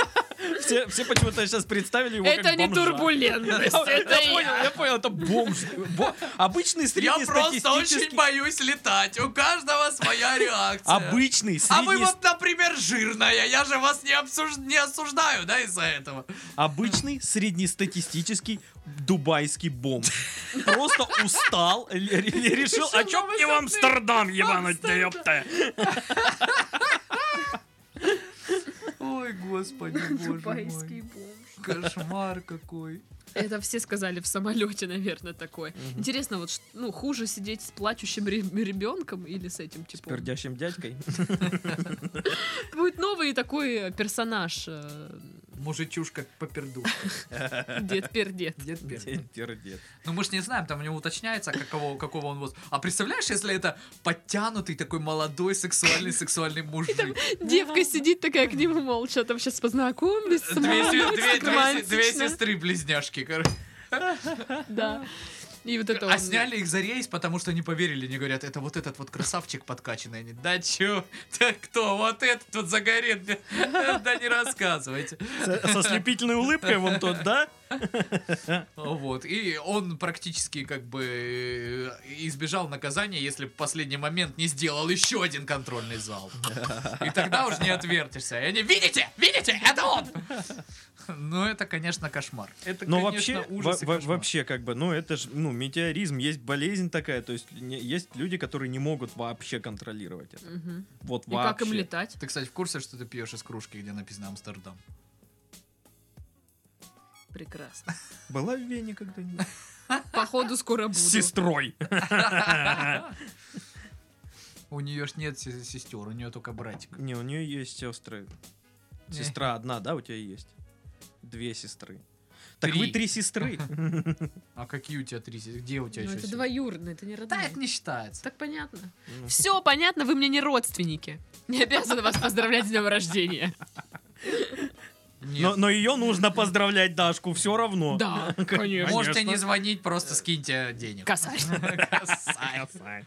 S3: Все, все почему-то сейчас представили его
S1: Это
S3: как
S1: не
S3: бомжа.
S1: турбулентность,
S3: Я, я
S1: это я.
S3: понял, я понял, это бомж. Бо- обычный
S2: Я просто очень
S3: среднестатистический...
S2: боюсь летать, у каждого своя реакция.
S3: Обычный,
S2: А вы
S3: среднес-
S2: вот, например, жирная, я же вас не, обсуж- не осуждаю, да, из-за этого.
S3: обычный среднестатистический дубайский бомж. Просто устал, л- р- решил, а чё мне в Амстердам, ебануть, да ёпта.
S2: Ой, господи, боже мой. Кошмар какой.
S1: Это все сказали в самолете, наверное, такое. Интересно, вот ш- ну хуже сидеть с плачущим ребенком или с этим типа,
S2: Типа
S1: типом?
S3: Пердящим дядькой.
S1: Будет новый такой персонаж, э,
S2: Мужичушка поперду.
S1: дед пердет.
S2: Дед Пер.
S3: Пердец.
S2: Ну мы ж не знаем, там у него уточняется, какого, какого он вот. А представляешь, если это подтянутый такой молодой сексуальный сексуальный мужик?
S1: Девка сидит такая к нему молча, там сейчас познакомлюсь с
S2: Две, се-
S1: мамой,
S2: две-
S1: так
S2: две се- две
S1: романтично».
S2: сестры-близняшки, короче.
S1: Да. И вот это
S2: А
S1: он-
S2: сняли их за рейс, потому что не поверили, не говорят, это вот этот вот красавчик подкачанный. Они, да чё, да кто, вот этот вот загорит, да не рассказывайте.
S3: Со, со слепительной улыбкой вон тот, да?
S2: Вот, и он практически как бы э, избежал наказания, если в последний момент не сделал еще один контрольный зал. И тогда уж не отвертишься. И они, видите, видите, это он! Ну, это, конечно, кошмар. Это,
S3: Но
S2: конечно,
S3: вообще,
S2: ужас и
S3: во- во-
S2: кошмар.
S3: вообще, как бы, ну, это же, ну, метеоризм, есть болезнь такая, то есть не- есть люди, которые не могут вообще контролировать это.
S1: Мгм.
S3: Вот
S1: И
S3: вообще.
S1: как им летать?
S2: Ты, кстати, в курсе, что ты пьешь из кружки, где написано Амстердам?
S1: Прекрасно.
S3: Была в Вене когда-нибудь?
S1: Походу скоро буду.
S3: С сестрой.
S2: У нее ж нет се- сестер, у нее только братик.
S3: Не, у нее есть сестры. Э.
S1: Э.
S3: Сестра одна, да, у тебя есть? Две сестры. Так
S2: Три.
S3: вы три сестры.
S2: А какие у тебя три сестры? Где у
S1: Ну,
S2: тебя еще
S1: это
S2: сестры?
S1: двоюродные, это не
S2: Да,
S1: родные.
S2: это не считается.
S1: Так понятно.
S3: Ну,
S1: Все понятно, вы мне не родственники. Не обязана вас поздравлять с днем рождения.
S3: Но,
S2: Нет.
S3: но ее нужно поздравлять Дашку все равно.
S1: Да,
S3: конечно.
S1: конечно.
S2: Можете не звонить, просто скиньте денег.
S1: Косарь.
S2: Косарь.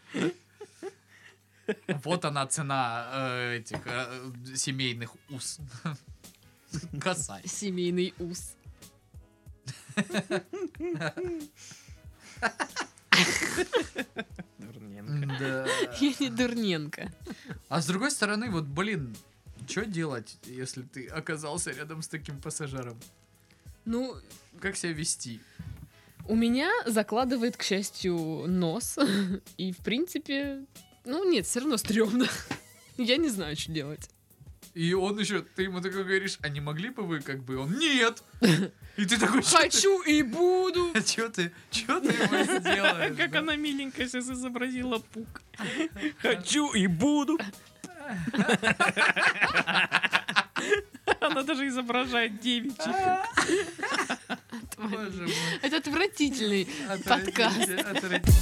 S2: Вот она цена э, этих э, семейных уз. Косарь.
S1: Семейный уз.
S3: Дурненко.
S2: Да.
S1: Я не Дурненко.
S2: А с другой стороны, вот, блин, что делать, если ты оказался рядом с таким пассажиром?
S1: Ну,
S2: Как себя вести?
S1: у меня закладывает, к счастью, нос. И, в принципе, ну нет, все равно стрёмно. Я не знаю, что делать.
S2: И он еще, ты ему такой говоришь, а не могли бы вы как бы? Он, нет! И ты такой, что ты?
S1: Хочу и буду.
S2: Че ты? Че ты ему сделаешь?
S3: Как
S2: да?
S3: она миленько сейчас изобразила пук. Хочу и буду. Она даже изображает девичьих.
S2: Боже мой.
S1: Это отвратительный
S2: Отвратите,
S1: подкаст.
S2: отвратите.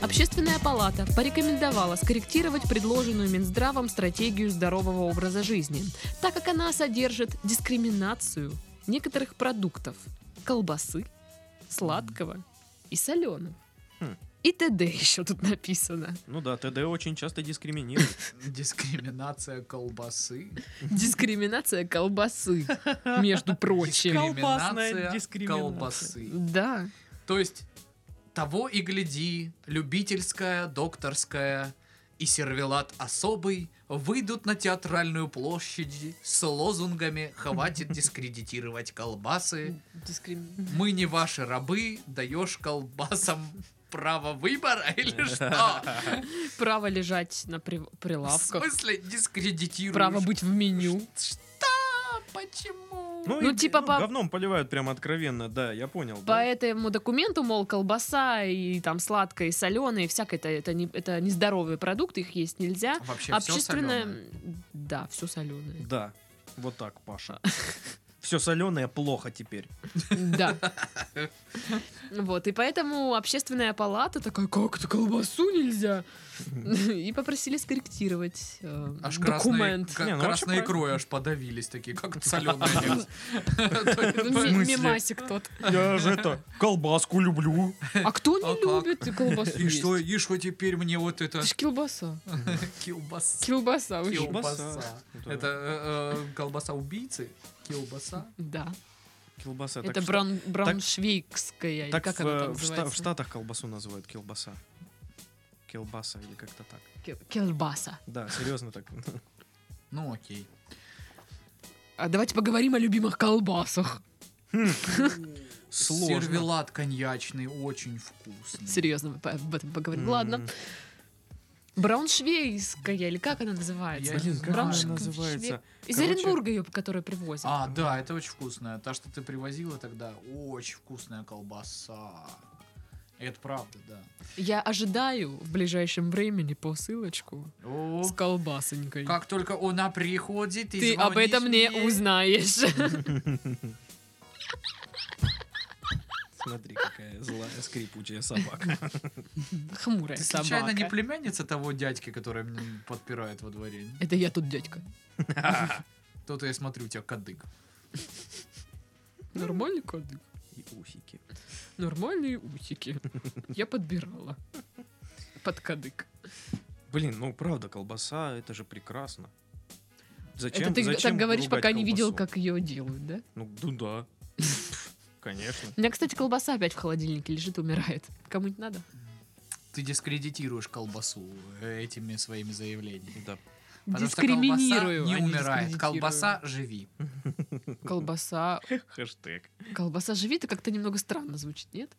S1: Общественная палата порекомендовала скорректировать предложенную Минздравом стратегию здорового образа жизни, так как она содержит дискриминацию некоторых продуктов – колбасы, сладкого и соленого.
S3: Хм.
S1: И т.д. еще тут написано.
S3: Ну да, ТД очень часто дискриминирует.
S2: Дискриминация колбасы.
S1: Дискриминация колбасы, между прочим.
S2: Дискриминация
S3: Колбасная дискриминация.
S2: колбасы.
S1: Да.
S2: То есть того и гляди, любительская, докторская и сервелат особый выйдут на театральную площадь с лозунгами «Хватит дискредитировать колбасы»,
S1: Дискрим-
S2: «Мы не ваши рабы, даешь колбасам право выбора» или что?
S1: Право лежать на при-
S2: В
S1: прилавках,
S2: смысле дискредитируешь?
S1: право быть в меню.
S2: Что? Почему?
S1: Ну,
S3: и,
S1: типа по-
S3: Говном поливают прям откровенно, да, я понял. да.
S1: По этому документу, мол, колбаса и там сладкое, и соленое, и всякое, это, это, не, это нездоровые продукты, их есть нельзя.
S2: Вообще
S1: Общественное...
S2: все соленое.
S1: Да, все соленое.
S3: Да, вот так, Паша. Все соленое плохо теперь.
S1: Да. Вот, и поэтому общественная палата такая, как это, колбасу нельзя? И попросили скорректировать э,
S2: Аж красные,
S1: документ.
S2: ка-
S3: Не, ну вообще
S2: красной
S3: правильно.
S2: икрой аж подавились такие, как соленые.
S1: Ну, Ми- Мимасик тот.
S3: Я же это, колбаску люблю.
S1: А кто
S2: А
S1: не
S2: как?
S1: любит колбасу?
S2: И что,
S1: есть?
S2: и что теперь мне вот это
S1: Это ж колбаса.
S2: килбаса?
S1: Колбаса. вы что?
S2: Килбаса.
S3: Да.
S2: Это э, э, колбаса убийцы? Килбаса?
S1: Да.
S3: Колбаса.
S1: Это
S3: так что-
S1: бран- брауншвейгская. или
S3: Так
S1: Как
S3: в,
S1: она там
S3: в Шта- в
S1: называется?
S3: Штатах колбасу называют келбаса. Келбаса или как-то так.
S1: Кел- Келбаса.
S3: Да, серьезно так.
S2: Ну окей.
S1: А давайте поговорим о любимых колбасах.
S3: Сложно.
S2: Сервелат коньячный, очень вкусный.
S1: Серьезно, мы по- об этом поговорим.
S3: М.
S1: Ладно. Брауншвейская, или как она называется?
S2: Я не
S3: Блин, как она
S2: Брауншвейг.
S3: называется?
S1: Из
S3: Короче-
S1: Оренбурга ее, которую привозят.
S2: А, да, это очень вкусная. Та, что ты привозила тогда, очень вкусная колбаса. Это правда, да.
S1: Я ожидаю в ближайшем времени посылочку
S2: О,
S1: с колбасонькой.
S2: как только она приходит, и
S1: Ты об
S2: звонишь
S1: этом не
S2: мне.
S1: узнаешь.
S3: Смотри, какая злая скрипучая собака.
S1: Хмурая
S5: Ты
S1: собака.
S5: случайно не
S2: племянница того дядьки, который мне подпирает во дворе? не?
S1: Это я тут дядька.
S2: То-то я смотрю, у тебя кадык.
S1: Нормальный кодик.
S3: И усики.
S1: Нормальные усики. Я подбирала. Под кадык.
S3: Блин, ну правда, колбаса, это же прекрасно. Зачем,
S1: Это ты
S3: зачем
S1: так говоришь,
S3: ругать
S1: пока не видел,
S3: колбасу?
S1: как ее делают, да?
S3: Ну, ну да. Конечно.
S1: У меня, кстати, колбаса опять в холодильнике лежит, умирает. Кому-нибудь надо?
S2: Ты дискредитируешь колбасу э, этими своими заявлениями.
S3: Да.
S2: Потому что
S1: Дискриминирую. а
S2: колбаса не умирает.
S1: дискредитирую.
S2: Колбаса живи.
S1: Колбаса...
S3: Хэштег.
S1: Колбаса живи, это как-то немного странно звучит, нет?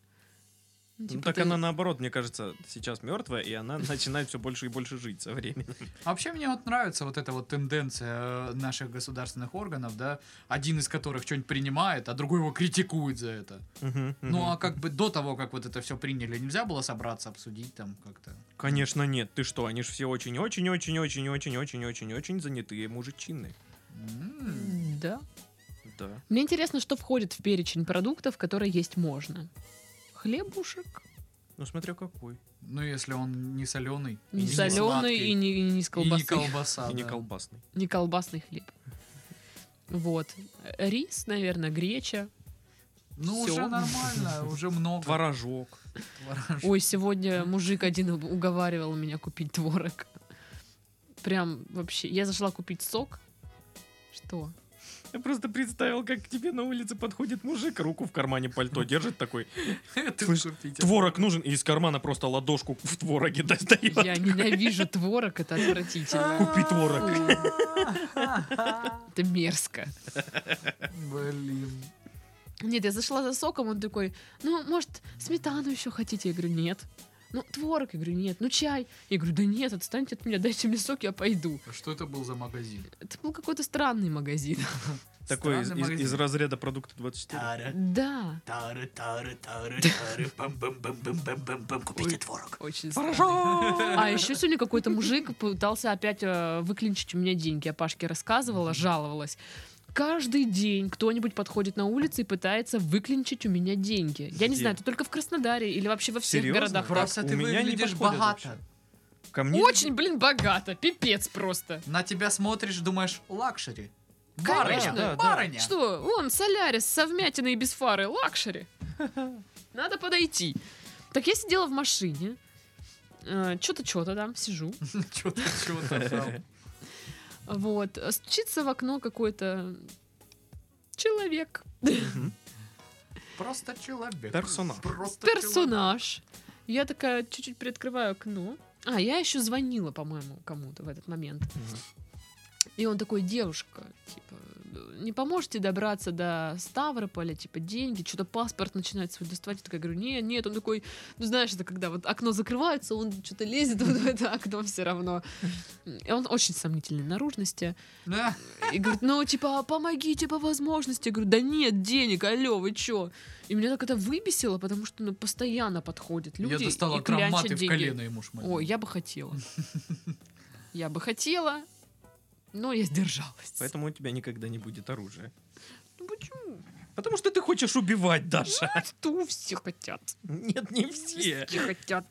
S1: Ну,
S3: Ну,
S1: типа
S3: так
S1: ты-
S3: она наоборот, мне кажется, сейчас мертвая, и она начинает все больше и больше жить со временем.
S2: Вообще мне вот нравится вот эта вот тенденция э, наших государственных органов, да, один из которых что-нибудь принимает, а другой его критикует за это. Ну а как бы до того, как вот это все приняли, нельзя было собраться, обсудить там как-то.
S3: Конечно, нет. Ты что, они же все очень-очень-очень-очень-очень-очень-очень-очень занятые мужичины.
S2: М.
S1: Да.
S3: Да.
S1: Мне интересно, что входит в перечень продуктов, которые есть можно. Хлебушек.
S3: Ну, смотря какой.
S2: Ну если он не соленый,
S1: Не соленый и не, и не с
S2: и не
S1: колбасой.
S2: колбаса.
S3: И не
S2: А, да.
S3: колбасный.
S1: не колбасный хлеб. Вот. Рис, наверное, греча.
S2: Ну
S1: Всё.
S2: уже нормально, уже много.
S3: Творожок.
S2: Творожок.
S1: Ой, сегодня мужик один уг- уговаривал меня купить творог. Прям вообще. Я зашла купить сок. Что?
S3: Я просто представил, как к тебе на улице подходит мужик, руку в кармане пальто держит такой.
S2: Ты
S3: Слышь,
S2: купите.
S3: Творог нужен, и из кармана просто ладошку в твороге достает.
S1: Я ненавижу творог, это отвратительно.
S2: А,
S3: Купи творог.
S1: Это мерзко.
S2: Блин.
S1: Нет, я зашла за соком, он такой, ну, может, сметану еще хотите? Я говорю, нет. Ну, творог, я говорю, нет. Ну, чай. Я говорю, да нет, отстаньте от меня, дайте мне сок, я пойду.
S2: Что это был за магазин?
S1: Это был какой-то странный магазин.
S3: Такой из-
S2: Странный
S3: из
S2: магазин.
S3: из разряда продукта 24.
S1: Да.
S2: Тары, тары, тары, тары, пам пам пам пам пам пам пам купите творог.
S1: Очень странно. А еще сегодня какой-то мужик пытался опять э, выклинчить у меня деньги. Я Пашке рассказывала, жаловалась. Каждый день кто-нибудь подходит на улице и пытается выклинчить у меня деньги. Я не
S3: Где?
S1: знаю, это только в Краснодаре или вообще во всех
S3: Серьезно?
S1: городах. так.
S2: А Просто
S3: У
S2: ты
S3: меня не
S2: выглядишь
S3: подходят
S2: богато.
S3: Ко мне
S1: Очень, блин, богато. Пипец просто.
S2: На тебя смотришь, думаешь, лакшери.
S1: Конечно.
S2: Барыня,
S3: Да, да.
S2: барыня.
S1: Что? Вон, Солярис со вмятиной и без фары. Лакшери. Надо подойти. Так я сидела в машине. Что-то, что-то там сижу.
S2: Чё-то, чё-то там.
S1: Вот. А Стучится в окно какой-то человек,
S2: Просто человек.
S3: Персонаж.
S2: Просто
S1: персонаж. Я такая чуть-чуть приоткрываю окно. А, я еще звонила, по-моему, кому-то в этот момент. И он такой, девушка, типа, не поможете добраться до Ставрополя, типа, деньги, что-то паспорт начинает свой доставать. Я такая говорю, нет, нет, он такой, ну знаешь, это когда вот окно закрывается, он что-то лезет вот в это окно все равно. И он очень сомнительной наружности.
S2: человек.
S1: И говорит, ну, типа, «А помогите по возможности. Я говорю, да нет денег, алло, вы чё? И меня так это выбесило, потому что ну, постоянно подходят
S2: Да. Я
S1: люди
S2: достала
S1: и клянчат
S2: кроматы в
S1: деньги.
S2: колено ему шмальнул.
S1: Ой, я бы хотела. Я бы хотела, но я сдержалась.
S3: Поэтому у тебя никогда не будет оружия.
S1: Ну почему?
S3: Потому что ты хочешь убивать, Даша.
S1: Что все хотят?
S3: Нет, не все.
S1: Все хотят.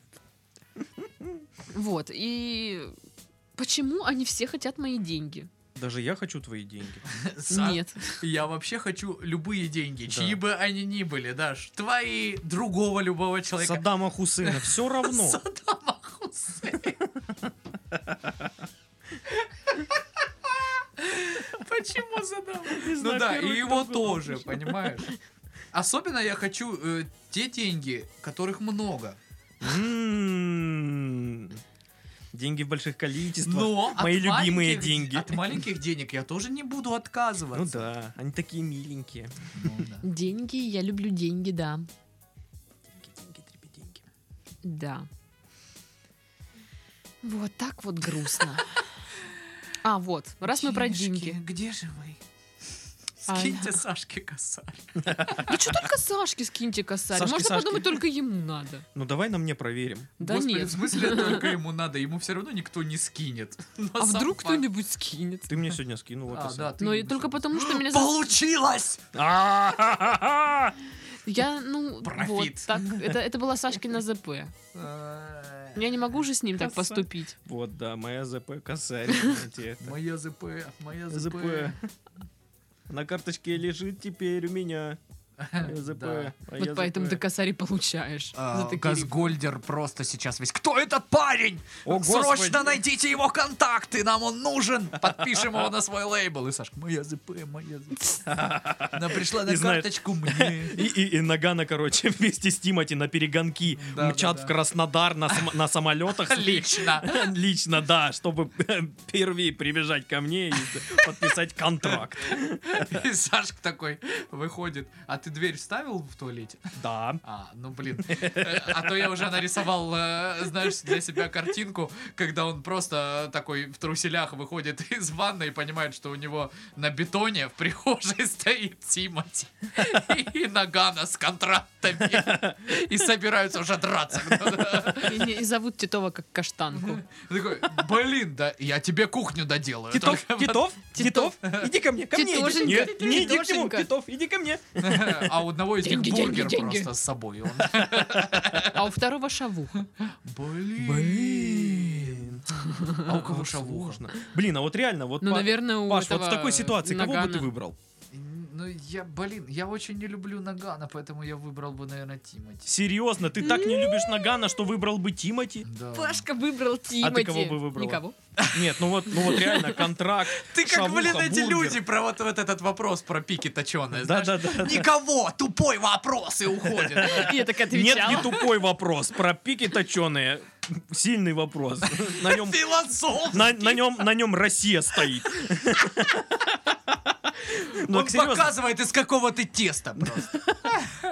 S1: Вот, и почему они все хотят мои деньги?
S3: Даже я хочу твои деньги.
S2: Са-
S1: Нет.
S2: Я вообще хочу любые деньги,
S3: Да.
S2: чьи бы они ни были, Даш. Твои, другого любого человека.
S3: Саддама Хусейна, все равно.
S2: Саддама Хусейна. Почему Саддама? Ну да, и его тоже, понимаешь? Особенно я хочу э, те деньги, которых много.
S3: М. М-м-м. Деньги в больших количествах.
S2: Но от
S3: Мои любимые
S2: маленьких-
S3: деньги.
S2: От маленьких денег я тоже не буду
S3: Ну
S2: отказываться.
S3: да, они такие миленькие.
S2: Ну да.
S1: Деньги, я люблю деньги, да.
S3: Деньги, деньги, трепетеньги.
S1: Да. Вот так вот грустно. А, вот, раз мы про деньги.
S2: Где же вы?
S1: А,
S2: Скиньте Сашке косарь.
S1: Да что только Сашке скиньте косарь?
S3: Сашке,
S1: Можно
S3: Сашке.
S1: подумать, только ему надо.
S3: Ну давай на мне проверим.
S1: Да
S2: Господи,
S1: нет.
S2: в смысле только ему надо? Ему все равно никто не скинет. Но
S1: А
S2: сам
S1: вдруг
S2: факт.
S1: кто-нибудь скинет?
S3: Ты мне сегодня скинула
S2: А, да,
S3: косарь.
S2: ты
S1: Но и
S2: ему
S1: только
S2: скинешь.
S1: потому, что меня... за-
S2: Получилось!
S3: А-ха-ха-ха!
S1: Я, ну,
S2: Профит.
S1: вот так. Это, это была Сашкина ЗП. Я не могу же с ним так
S3: Коса.
S1: поступить.
S3: Вот, да, моя ЗП косарь. знаете, это.
S2: Моя ЗП, моя ЗП.
S3: ЗП. На карточке лежит теперь у меня. Моя ЗП.
S2: Да.
S3: а
S1: вот
S3: я
S1: поэтому
S3: ЗП.
S1: ты косарь и получаешь. за
S6: А,
S1: такие рифмы.
S6: Газгольдер просто сейчас весь. Кто этот парень?
S3: О,
S6: Срочно
S3: Господи!
S6: найдите его контакты, нам он нужен.
S2: Подпишем его на свой лейбл. И Сашка, моя ЗП, моя ЗП.
S6: Она пришла
S3: И
S6: на
S3: знает.
S6: карточку мне.
S3: И, и, и Нагана, короче, вместе с Тимати на перегонки
S2: Да,
S3: мчат
S2: да, да.
S3: в Краснодар на, сам- на самолетах.
S2: Лично.
S3: Лично, да, чтобы первые прибежать ко мне и подписать контракт.
S2: И Сашка такой выходит. А ты дверь вставил в туалете?
S3: Да.
S2: А, ну блин. Э, А то я уже нарисовал, э, знаешь, для себя картинку, когда он просто такой в труселях выходит из ванны и понимает, что у него на бетоне в прихожей стоит Тимати и Нагана с контрактами. И собираются уже драться.
S1: И, не- и зовут Титова как каштанку.
S2: Такой, блин, да я тебе кухню доделаю.
S3: Титов,
S2: Только вот-
S3: Титов, Титов, иди ко мне, ко мне. иди.
S1: Титошенька,
S3: Нет, не иди к нему,
S1: Титошенька.
S3: Титов, иди ко мне.
S2: А у одного из них
S1: Деньги,
S2: бургер
S1: деньги, деньги.
S2: просто с собой. И он,
S1: А у второго шавуха.
S2: Блин. А у кого
S3: Как
S2: шавуха?
S3: сложно. Блин, а вот реально, вот
S1: Ну,
S3: Па-
S1: наверное, у
S3: Паш,
S1: этого
S3: вот в такой ситуации кого бы
S1: Нагана.
S3: ты выбрал?
S2: Ну, я, блин, я очень не люблю Нагана, поэтому я выбрал бы, наверное, Тимати.
S3: Серьезно, ты так не любишь Нагана, что выбрал бы Тимати?
S2: Да.
S1: Пашка выбрал Тимати.
S3: А кого бы выбрала?
S1: Никого.
S3: Нет, ну вот, ну вот реально контракт.
S2: Ты как,
S3: шавуха,
S2: блин, эти
S3: бургер.
S2: люди про вот, вот этот вопрос про пики точеные.
S3: Да, да, да.
S2: Никого, тупой вопрос и уходит.
S1: И я так
S3: Нет,
S1: отвечала.
S3: не тупой вопрос. Про пики точеные. Сильный вопрос. На нем
S2: Философ.
S3: на, на нем на нем Россия стоит. Ну,
S2: Он
S3: так серьезно,
S2: показывает, из какого ты теста просто.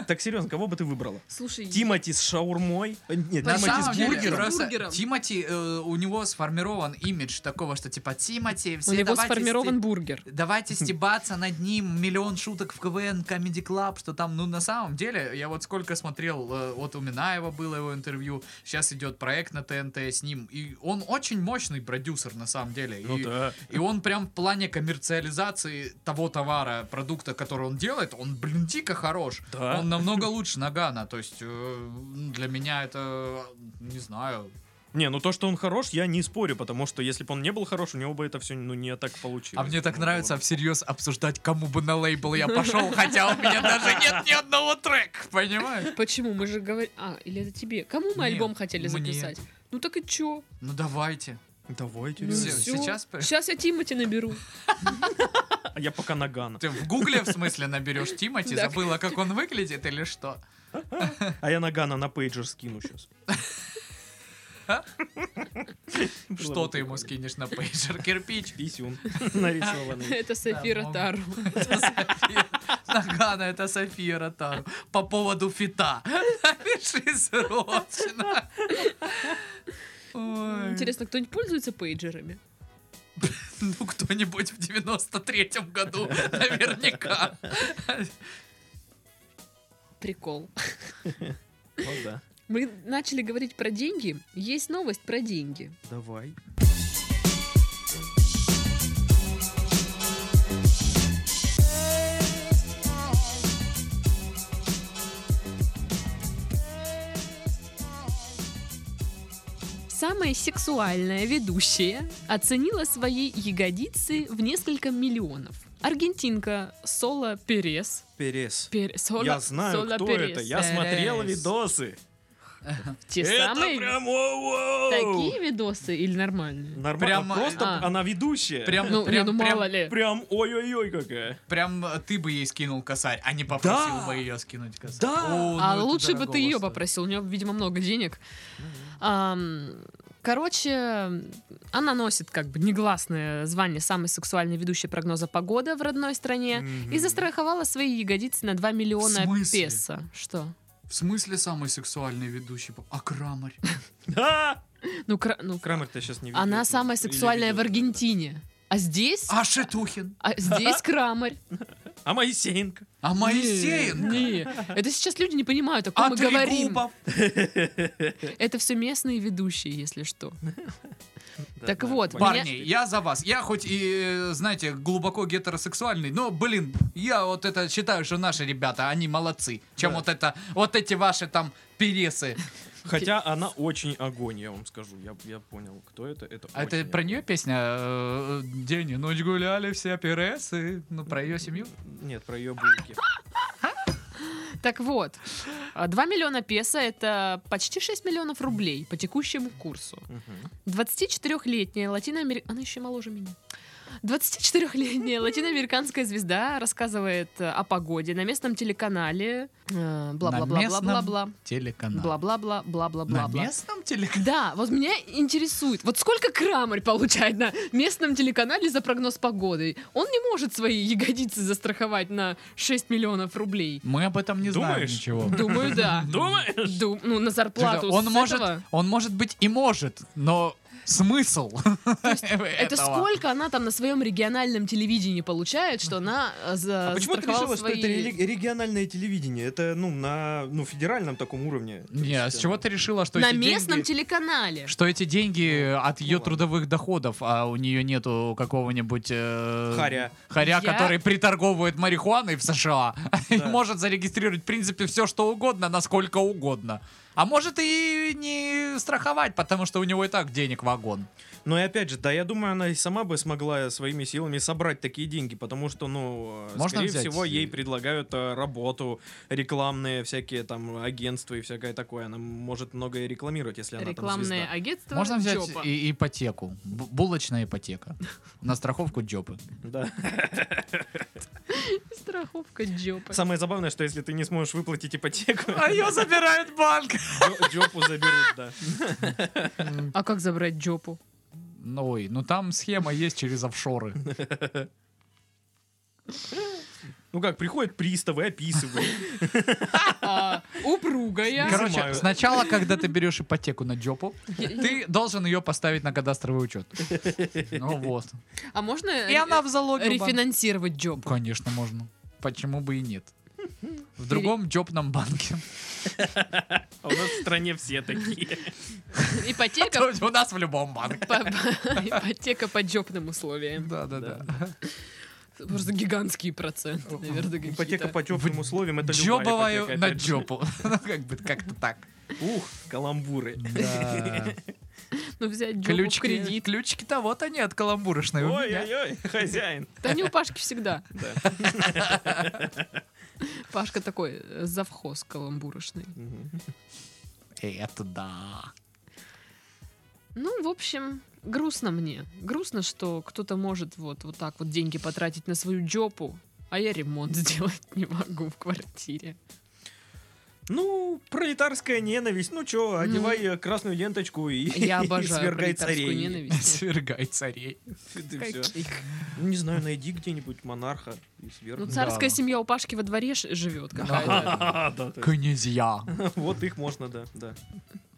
S3: так серьезно, кого бы ты выбрала?
S1: Слушай,
S3: Тимати с шаурмой? Э, Нет,
S1: На
S3: Тимати
S1: самом
S3: с
S1: деле,
S3: бургером?
S1: С
S2: просто
S1: бургером.
S2: Тимати, э, у него сформирован имидж такого, что типа Тимати, все
S1: у него
S2: давайте
S1: сформирован бургер.
S2: Давайте стебаться над ним, миллион шуток в КВН, Comedy Club, что там, ну, на самом деле, я вот сколько смотрел, э, вот у Минаева было его интервью, сейчас идет проект на ТНТ с ним, и он очень мощный продюсер, на самом деле.
S3: Ну
S2: и,
S3: да.
S2: и он прям в плане коммерциализации того товара, продукта, который он делает, он, блин, дико хорош.
S3: Да.
S2: Он намного лучше Нагана, то есть э, для меня это, не знаю,
S3: Не, ну то, что он хорош, я не спорю, потому что если бы он не был хорош, у него бы это все ну, не так получилось.
S2: А мне так
S3: Ну,
S2: нравится
S3: вот.
S2: всерьез обсуждать, кому бы на лейбл я пошел, хотя у меня даже нет ни одного трека, понимаешь?
S1: Почему? Мы же говорим... А, или это тебе? Кому мы
S2: Нет,
S1: альбом хотели
S2: мне.
S1: записать? Ну так и чё?
S2: Ну давайте.
S3: Давайте.
S1: Ну,
S2: Всё,
S3: ребят.
S1: всё.
S2: сейчас при-
S1: Сейчас я Тимати наберу.
S3: А я пока Нагана.
S2: Ты в гугле, в смысле, наберешь Тимати,
S1: Да.
S2: забыла, как он выглядит или что?
S3: А я Нагана на пейджер скину сейчас.
S2: Что ты ему скинешь на пейджер? Кирпич?
S3: Писюн нарисованный.
S1: Это София
S2: Да, мама.
S1: Ротару.
S2: Это София. Нагана, это София Ротару. По поводу фита. Напиши срочно. Ой.
S1: Интересно, кто-нибудь пользуется пейджерами?
S2: Ну, кто-нибудь в 93-м году наверняка.
S1: Прикол.
S3: Ну да.
S1: Мы начали говорить про деньги. Есть новость про деньги.
S3: Давай.
S1: Самая сексуальная ведущая оценила свои ягодицы в несколько миллионов. Аргентинка Сола Перес.
S3: Перес.
S1: Пер- Сола-
S3: Я знаю,
S1: Сола
S3: кто
S1: Перес. Э,
S3: это. Я смотрел
S2: Перес.
S3: видосы.
S1: Те
S3: Это
S1: самые
S3: прям воу-воу.
S1: такие видосы или нормальные?
S3: Нормально.
S2: Прям,
S3: Просто
S1: а.
S3: она ведущая.
S2: Прям,
S1: Ну, не,
S2: прям,
S1: ну
S2: прям-
S1: мало ли.
S3: Прям ой-ой-ой какая.
S2: прям э, ты бы ей скинул косарь, а не попросил
S3: Да.
S2: бы ее скинуть косарь.
S3: Да.
S2: О, ну
S1: А
S2: это
S1: лучше бы
S2: дорогого
S1: ты ее
S2: стоит.
S1: попросил, у нее, видимо, много денег. Ам, Короче, она носит как бы негласное звание самой сексуальной ведущей прогноза погоды в родной стране и застраховала свои ягодицы на 2 миллиона
S2: смысле?
S1: песо. Что?
S2: В смысле самый сексуальный ведущий? был? А Крамарь?
S3: Да.
S1: Ну, кра- ну,
S3: Крамер ты сейчас не видел.
S1: она самая
S3: Или
S1: сексуальная в
S3: видел, наверное.
S1: Аргентине. А здесь?
S2: А Шетухин?
S1: а здесь Крамарь.
S3: А Моисеенко?
S2: А Моисеенко?
S1: Не, не. Это сейчас люди не понимают, о ком
S2: А
S1: мы говорим.
S2: Трегубов?
S1: Это все местные ведущие, если что. Так вот,
S3: понятно.
S2: Парни,
S3: Меня-
S2: я за вас. Я хоть и, э, знаете, глубоко гетеросексуальный, но, блин, я вот это считаю, что наши ребята, они молодцы. Чем
S3: Да.
S2: вот это, вот эти ваши там пересы.
S3: Хотя она очень огонь, я вам скажу. Я, я понял, кто это. Это,
S2: А это
S3: очень
S2: про
S3: огонь.
S2: нее песня? э, День и ночь гуляли все пересы. Ну, про ее семью?
S3: Нет, про ее булки.
S1: Так вот, а, 2 миллиона песо — это почти 6 миллионов рублей по текущему курсу.
S3: Мгм.
S1: 24-летняя латиноамериканская... Она еще моложе меня. 24-летняя латиноамериканская звезда рассказывает э, о погоде на местном телеканале. э, Бла-бла-бла-бла-бла-бла.
S2: Телеканал. На
S1: Бла-бла-бла-бла-бла-бла.
S2: местном телеканале?
S1: Да, вот меня интересует, вот сколько Крамарь получает на местном телеканале за прогноз погоды? Он не может свои ягодицы застраховать на 6 миллионов рублей.
S2: Мы об этом не знаем
S3: Думаешь?
S2: ничего. Типа,
S1: Думаю, да.
S3: Думаешь?
S1: Дум- ну, на зарплату
S2: Он
S1: с
S2: может,
S1: этого.
S2: он может быть и может, но смысл
S1: Это сколько она там на своем региональном телевидении получает, что она э, за
S3: А почему ты
S1: застраховала
S3: решила, что это
S1: свои-
S3: рели- региональное телевидение? Это, ну, на ну, федеральном таком уровне.
S2: Не, а с чего ты решила, что
S1: на
S2: эти
S1: местном
S2: деньги...
S1: телеканале?
S2: Что эти деньги от ее
S3: Ну, ладно.
S2: трудовых доходов, а у нее нету какого-нибудь э,
S3: Харя.
S1: Я-
S2: харя, который приторговывает марихуаной в США и
S3: Да.
S2: может зарегистрировать, в принципе, все что угодно, насколько угодно. А может и не страховать, потому что у него и так денег вагон.
S3: Но и опять же, да, я думаю, она и сама бы смогла своими силами собрать такие деньги, потому что, ну, э,
S2: Можно
S3: скорее
S2: взять
S3: всего,
S2: и-
S3: ей предлагают э, работу, рекламные всякие там агентства и всякое такое. Она может многое рекламировать, если она там
S1: Рекламное
S3: звезда.
S1: агентство
S2: Можно взять
S1: Джопа.
S2: и ипотеку, Б- булочная ипотека на страховку джопы.
S3: Да.
S1: Страховка Джопа.
S3: Самое забавное, что если ты не сможешь выплатить ипотеку,
S2: А ее забирает банк.
S3: дё- дёпу заберут, да.
S1: А как забрать Джопу?
S2: Ну, Ой, ну там схема есть через офшоры.
S3: Ну как, приходят приставы, описывают.
S1: А, упругая.
S3: Я
S2: Короче,
S3: снимаю.
S2: сначала, когда ты берешь ипотеку на джопу, ты должен ее поставить на кадастровый учет. Ну вот.
S1: А можно
S2: И она в залоге. у банка.
S1: рефинансировать Джопу?
S2: Конечно, можно. Почему бы и нет? В другом джопном банке.
S3: А у нас в стране все такие.
S1: Ипотека
S2: То есть У нас в любом банке.
S1: по- по- ипотека по джопным условиям.
S2: Да, да, да.
S1: Просто гигантские проценты, наверное, какие-то.
S3: Ипотека по теплым условиям, это любая
S2: Джобоваю
S3: ипотека,
S2: на
S3: опять же.
S2: джопу. Ну, Как бы как-то так.
S3: Ух, каламбуры.
S2: Да.
S1: Ну, взять джопу в кредит.
S2: Ключики, ключики-то вот они от каламбурышной. у меня.
S3: Ой-ой-ой, хозяин.
S1: Да они у Пашки всегда. Пашка такой э, завхоз каламбурочный.
S2: Это да.
S1: Ну, в общем, грустно мне. Грустно, что кто-то может вот, вот так вот деньги потратить на свою джопу, а я ремонт сделать не могу в квартире.
S3: Ну, пролетарская ненависть. Ну чё, одевай э, красную ленточку и
S1: Я
S3: и
S1: обожаю
S3: свергай
S1: пролетарскую
S3: царей.
S1: ненависть.
S2: Свергай царей.
S3: Ты всё.
S1: Каких?
S3: Ну, не знаю, найди где-нибудь монарха и свергни.
S1: Ну, царская
S2: Да.
S1: семья у Пашки во дворе ш- живет какая-то.
S3: А, да, да.
S2: Князья.
S3: Вот их можно, да, да.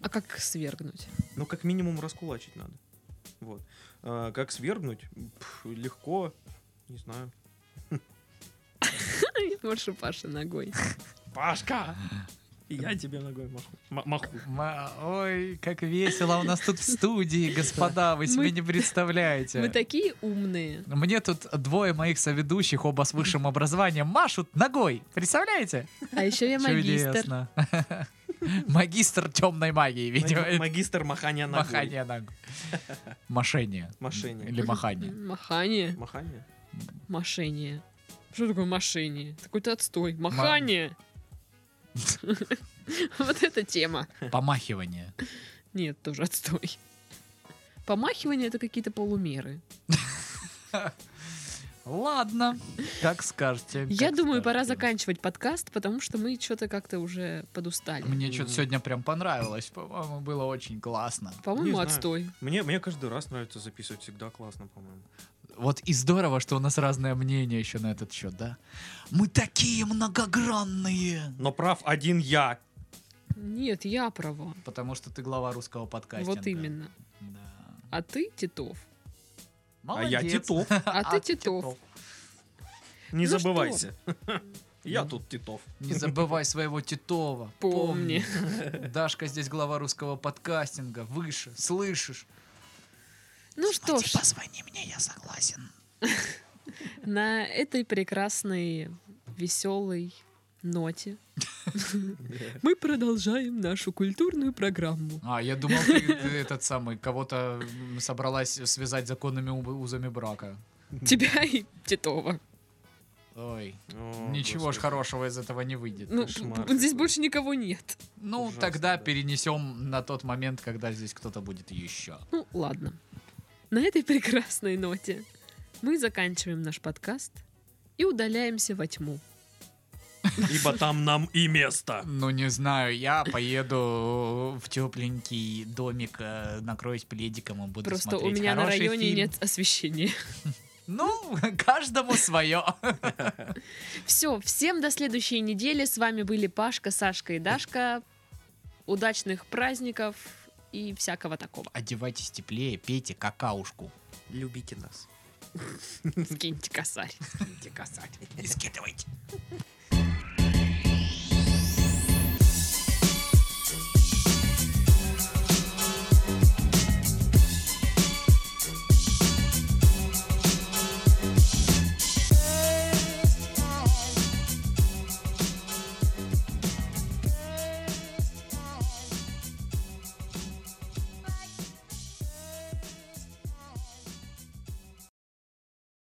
S1: А как свергнуть?
S3: Ну, как минимум раскулачить надо. Вот. А, Как свергнуть? Пф, Легко. Не знаю.
S1: Я Больше Паши ногой.
S3: Пашка! Я тебе ногой маху. М- маху.
S2: Ма- Ой, как весело у нас тут в студии, господа, вы себе
S1: Мы-
S2: не представляете.
S1: Мы такие умные.
S2: Мне тут двое моих соведущих, оба с высшим образованием, машут ногой. Представляете?
S1: А еще я магистр.
S2: Чудесно. Магистр темной магии, видимо.
S3: Маги- Магистр махания ногой.
S2: Махание ногой. Мошение.
S3: Мошение.
S2: Или махание.
S1: Махание.
S3: Махание?
S1: Мошение. Что такое мошение? Это Какой-то отстой. Махание. Вот эта тема.
S2: Помахивание.
S1: Нет, тоже отстой. Помахивание это какие-то полумеры.
S2: Ладно, как скажете.
S1: Я
S2: как
S1: думаю, пора
S2: скажете.
S1: заканчивать подкаст, потому что мы что-то как-то уже подустали.
S2: Мне что-то
S3: Мгм.
S2: сегодня прям понравилось. По-моему, было очень классно.
S1: По-моему,
S3: знаю.
S1: отстой.
S3: Мне, мне каждый раз нравится записывать, всегда классно, по-моему.
S2: Вот и здорово, что у нас разное мнение еще на этот счет, да? Мы такие многогранные!
S3: Но прав один я.
S1: Нет, я права.
S2: Потому что ты глава русского подкастинга.
S1: Вот именно.
S2: Да.
S1: А ты Титов.
S3: А я
S2: Молодец.
S3: Титов.
S1: А ты Титов.
S3: Не
S1: Ну
S3: забывайся. Я тут Титов.
S2: Не забывай своего Титова.
S1: Помни.
S2: Помни. Дашка здесь глава русского подкастинга. Выше. Слышишь?
S1: Ну что ж,
S7: позвони мне, я согласен.
S1: на этой прекрасной, веселой ноте мы продолжаем нашу культурную программу.
S2: А, я думал, ты, ты этот самый, кого-то м, собралась связать законными у- узами брака.
S1: Тебя и Титова.
S2: Ой,
S3: О,
S2: ничего ж
S3: господи.
S2: хорошего из этого не выйдет.
S1: Ну,
S3: Кошмар
S1: п- п- здесь
S3: какой.
S1: больше никого нет.
S2: Ну,
S3: Ужасно,
S2: тогда
S3: да.
S2: перенесем на тот момент, когда здесь кто-то будет еще.
S1: Ну, ладно. На этой прекрасной ноте мы заканчиваем наш подкаст и удаляемся во тьму.
S3: Ибо там нам и место.
S2: Ну, не знаю, я поеду в тепленький домик, э, накроюсь пледиком и буду
S1: Просто у
S2: смотреть
S1: меня на
S2: хороший
S1: районе
S2: фильм.
S1: нет освещения.
S2: Ну, каждому свое.
S1: Все, всем до следующей недели. С вами были Пашка, Сашка и Дашка. Удачных праздников и всякого такого.
S2: Одевайтесь теплее, пейте какаушку.
S8: Любите нас.
S1: Скиньте косарь.
S2: Пейте косарь. И скидывайте.